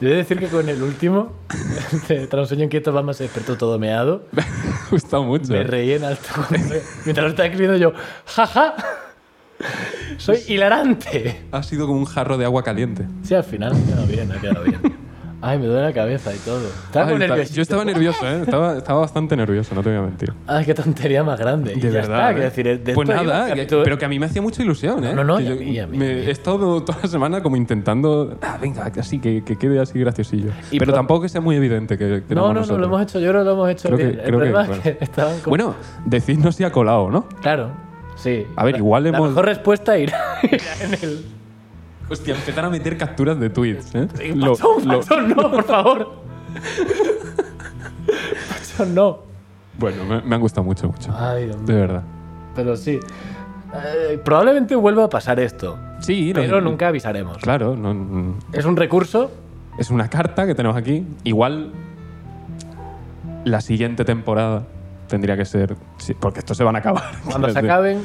Speaker 1: Yo he de decir que con el último, de Tras un sueño inquieto, Batman se despertó todo meado.
Speaker 2: Me ha gustado mucho.
Speaker 1: Me reí en alto. cuando- Mientras lo estaba escribiendo yo, jaja, soy hilarante.
Speaker 2: Ha sido como un jarro de agua caliente.
Speaker 1: Sí, al final ha quedado bien, ha quedado bien. Ay, me duele la cabeza y todo. Estaba
Speaker 2: Ay,
Speaker 1: muy
Speaker 2: está-
Speaker 1: nervioso.
Speaker 2: Yo estaba nervioso, ¿eh? Estaba, estaba bastante nervioso, no te voy a mentir.
Speaker 1: Ay, Ah, qué tontería más grande. Y
Speaker 2: De
Speaker 1: ya
Speaker 2: verdad.
Speaker 1: está, quiero
Speaker 2: ¿eh?
Speaker 1: decir, de
Speaker 2: pues
Speaker 1: esto hay
Speaker 2: nada,
Speaker 1: un
Speaker 2: que-
Speaker 1: capítulo-
Speaker 2: pero que a mí me hacía mucha ilusión, ¿eh?
Speaker 1: No, no,
Speaker 2: Que
Speaker 1: y a
Speaker 2: yo-
Speaker 1: mí, a mí,
Speaker 2: me-
Speaker 1: a mí.
Speaker 2: He estado toda la semana como intentando. Ah, venga, así, que, que quede así graciosillo.
Speaker 1: Y
Speaker 2: pero
Speaker 1: pro-
Speaker 2: tampoco que sea muy evidente que, que
Speaker 1: No, no, no,
Speaker 2: nosotros.
Speaker 1: lo hemos hecho, yo creo que lo hemos hecho
Speaker 2: Creo que-
Speaker 1: bien. el
Speaker 2: creo que-
Speaker 1: problema es
Speaker 2: bueno.
Speaker 1: que estaban como...
Speaker 2: Bueno, decidnos si ha colado, ¿no?
Speaker 1: Claro, sí.
Speaker 2: A ver,
Speaker 1: La-
Speaker 2: igual
Speaker 1: La
Speaker 2: hemos-
Speaker 1: mejor respuesta irá irá en el...
Speaker 2: Hostia, empezar a meter capturas de tweets, ¿eh? Lo-
Speaker 1: Pachón,
Speaker 2: lo-
Speaker 1: Pachón, no, por favor. Pachón, no.
Speaker 2: bueno, me, me han gustado mucho, mucho.
Speaker 1: Ay, Dios
Speaker 2: De
Speaker 1: mío.
Speaker 2: verdad.
Speaker 1: Pero sí. Eh, probablemente vuelva a pasar esto,
Speaker 2: Sí, lo-
Speaker 1: pero nunca avisaremos.
Speaker 2: Claro, no- no-
Speaker 1: Es un recurso.
Speaker 2: es una carta que tenemos aquí. Igual la siguiente temporada tendría que ser. sí, porque estos se van a acabar.
Speaker 1: Cuando se
Speaker 2: Quiero decir,
Speaker 1: acaben,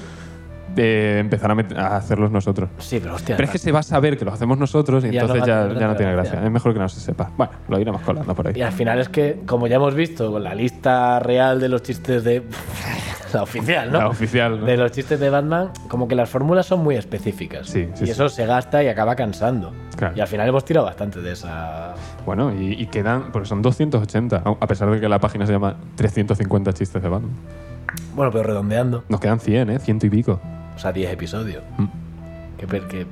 Speaker 2: eh, empezar a, met- a hacerlos nosotros.
Speaker 1: Sí, pero hostia.
Speaker 2: Pero es que se va a saber que los hacemos nosotros y
Speaker 1: Ya no
Speaker 2: entonces
Speaker 1: va a tener
Speaker 2: ya, ya no
Speaker 1: tanta
Speaker 2: tiene
Speaker 1: gracia.
Speaker 2: gracia. Es mejor que no se sepa. Bueno, lo iremos colando por ahí.
Speaker 1: Y al final es que, como ya hemos visto, con la lista real de los chistes de. la oficial, ¿no?
Speaker 2: La oficial, ¿no?
Speaker 1: De los chistes de Batman, como que las fórmulas son muy específicas.
Speaker 2: Sí, sí,
Speaker 1: Y
Speaker 2: sí.
Speaker 1: eso se gasta y acaba cansando.
Speaker 2: Claro.
Speaker 1: Y al final hemos tirado bastante de esa.
Speaker 2: Bueno, y, y quedan, porque son 280, a a pesar de que la página se llama 350 chistes de Batman.
Speaker 1: Bueno, pero redondeando.
Speaker 2: Nos quedan 100, ¿eh? Ciento y pico.
Speaker 1: O sea, 10 episodios.
Speaker 2: Mm.
Speaker 1: Que, per- que,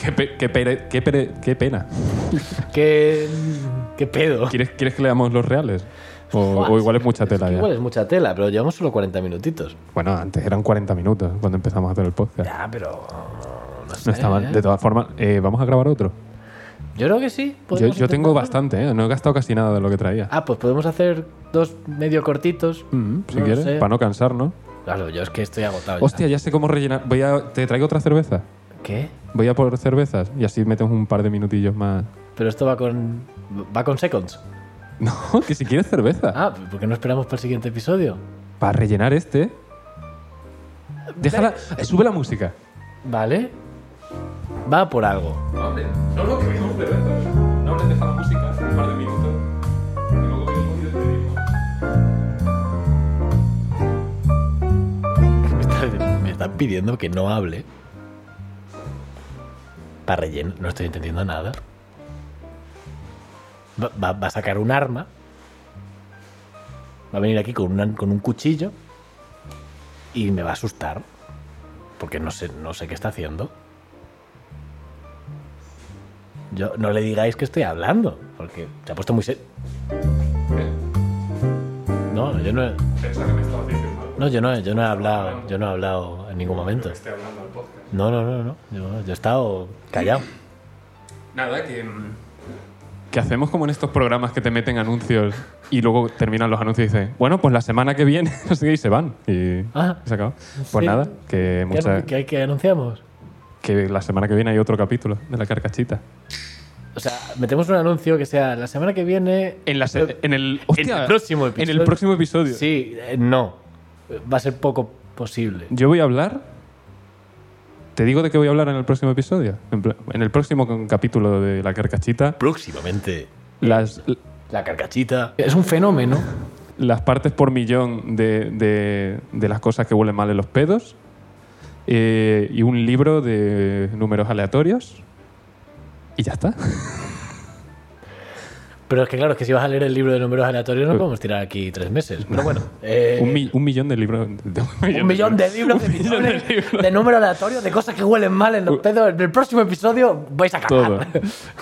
Speaker 2: Qué, pe- qué pere- qué pere- qué pena.
Speaker 1: que- qué pedo.
Speaker 2: ¿Quieres, ¿Quieres que leamos los reales? O,
Speaker 1: Buah,
Speaker 2: o igual es mucha tela ya.
Speaker 1: Igual es mucha tela, pero llevamos solo 40 minutitos.
Speaker 2: Bueno, antes eran 40 minutos cuando empezamos a hacer el podcast.
Speaker 1: Ya, pero. No, sé,
Speaker 2: No está mal.
Speaker 1: ¿eh?
Speaker 2: De todas formas, eh, vamos a grabar otro.
Speaker 1: Yo creo que sí.
Speaker 2: Yo,
Speaker 1: podemos
Speaker 2: yo tengo
Speaker 1: intentarlo.
Speaker 2: bastante, ¿eh? No he gastado casi nada de lo que traía.
Speaker 1: Ah, pues podemos hacer dos medio cortitos.
Speaker 2: Mm, si
Speaker 1: No
Speaker 2: quieres,
Speaker 1: sé.
Speaker 2: para no cansarnos.
Speaker 1: Claro, yo es que estoy agotado. ya.
Speaker 2: Hostia, ya sé cómo rellenar. Voy a, ¿Te traigo otra cerveza?
Speaker 1: ¿Qué?
Speaker 2: Voy a por cervezas y así metemos un par de minutillos más.
Speaker 1: Pero esto va con. va con seconds.
Speaker 2: No, que si quieres cerveza.
Speaker 1: Ah, ¿por qué no esperamos para el siguiente episodio?
Speaker 2: Para rellenar este. Déjala. eh, Sube la música.
Speaker 1: ¿Vale? Va por algo.
Speaker 2: No, no, que vemos cervezas. No hables deja la música un par de minutos. Y luego venimos y despedimos.
Speaker 1: Me está- me están pidiendo que no hable. Para rellenar. No estoy entendiendo nada. Va, va- va a sacar un arma. Va a venir aquí con, una- con un cuchillo. Y me va a asustar. Porque no sé, no sé qué está haciendo. Yo, no le digáis que estoy hablando. Porque se ha puesto muy. se- No, yo no he,
Speaker 2: Eh, Pensaba que me estabas diciendo algo.
Speaker 1: no, yo no, he- yo no he hablado. Yo no he hablado en ningún momento.
Speaker 2: Estoy hablando al podcast.
Speaker 1: No, no, no, no. Yo, yo he estado callado.
Speaker 2: Nada, que. mm, Que hacemos como en estos programas que te meten anuncios y luego terminan los anuncios y dicen, bueno, pues la semana que viene, no sé qué, y se van. Y
Speaker 1: Ah,
Speaker 2: se acabó. Pues
Speaker 1: sí.
Speaker 2: nada,
Speaker 1: ¿Qué,
Speaker 2: que, mucha-
Speaker 1: anun- qué hay que anunciamos?
Speaker 2: que la semana que viene hay otro capítulo de la carcachita.
Speaker 1: O sea, metemos un anuncio que sea la semana que viene.
Speaker 2: En, la se- en el, hostia,
Speaker 1: el próximo
Speaker 2: En
Speaker 1: episodio.
Speaker 2: el próximo episodio.
Speaker 1: Sí, eh, no. Va a ser poco posible.
Speaker 2: Yo voy a hablar. Te digo de qué voy a hablar en el próximo episodio. En, pla- en el próximo con- capítulo de La Carcachita,
Speaker 1: Próximamente,
Speaker 2: las,
Speaker 1: la carcachita. Es un fenómeno.
Speaker 2: las partes por millón de, de- de las cosas que huelen mal en los pedos eh, y un libro de números aleatorios. Y ya está.
Speaker 1: Pero es que, claro, es que si vas a leer el libro de números aleatorios, no podemos tirar aquí tres meses. Pero bueno. eh,
Speaker 2: un, mi- un millón de libros. de- un millón,
Speaker 1: un millón de libros,
Speaker 2: un
Speaker 1: de,
Speaker 2: millón de
Speaker 1: millones
Speaker 2: libros.
Speaker 1: de números aleatorios, de cosas que huelen mal en los pedos. En el próximo episodio vais a
Speaker 2: Todo.
Speaker 1: cagar.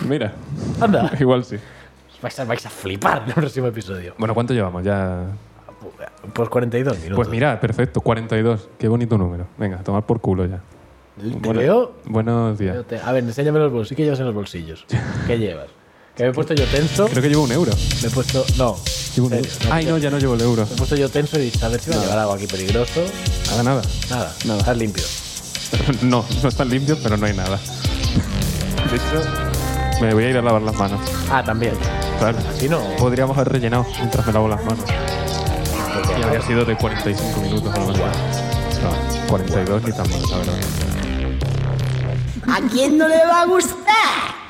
Speaker 2: Mira,
Speaker 1: Anda.
Speaker 2: igual sí.
Speaker 1: Vais a, vais a flipar en el próximo episodio.
Speaker 2: Bueno, ¿cuánto llevamos? Ya
Speaker 1: Pues 42 minutos.
Speaker 2: Pues mira, perfecto, 42. Qué bonito número. Venga, a tomar por culo ya.
Speaker 1: Te
Speaker 2: Buena-
Speaker 1: veo.
Speaker 2: Buenos días.
Speaker 1: Yo te- A ver, enséñame los bolsillos. ¿Qué llevas en los bolsillos? ¿Qué llevas? Que me he puesto yo tenso.
Speaker 2: Creo que llevo un euro.
Speaker 1: Me he puesto. No.
Speaker 2: Llevo un
Speaker 1: en serio,
Speaker 2: euro. Ay, no, ya no llevo el euro.
Speaker 1: Me he puesto yo tenso y a ver si va a llevar algo aquí peligroso.
Speaker 2: Nada, nada.
Speaker 1: Nada.
Speaker 2: Nada.
Speaker 1: Estás limpio.
Speaker 2: No, no están limpios, pero no hay nada. De hecho, me voy a ir a lavar las manos.
Speaker 1: Ah, también.
Speaker 2: Claro.
Speaker 1: Si no.
Speaker 2: Podríamos haber rellenado mientras me lavo las manos. Y habría sido de 45 minutos a lo mejor. No, 42 ni tan mal, la verdad.
Speaker 4: ¿A quién no le va a gustar?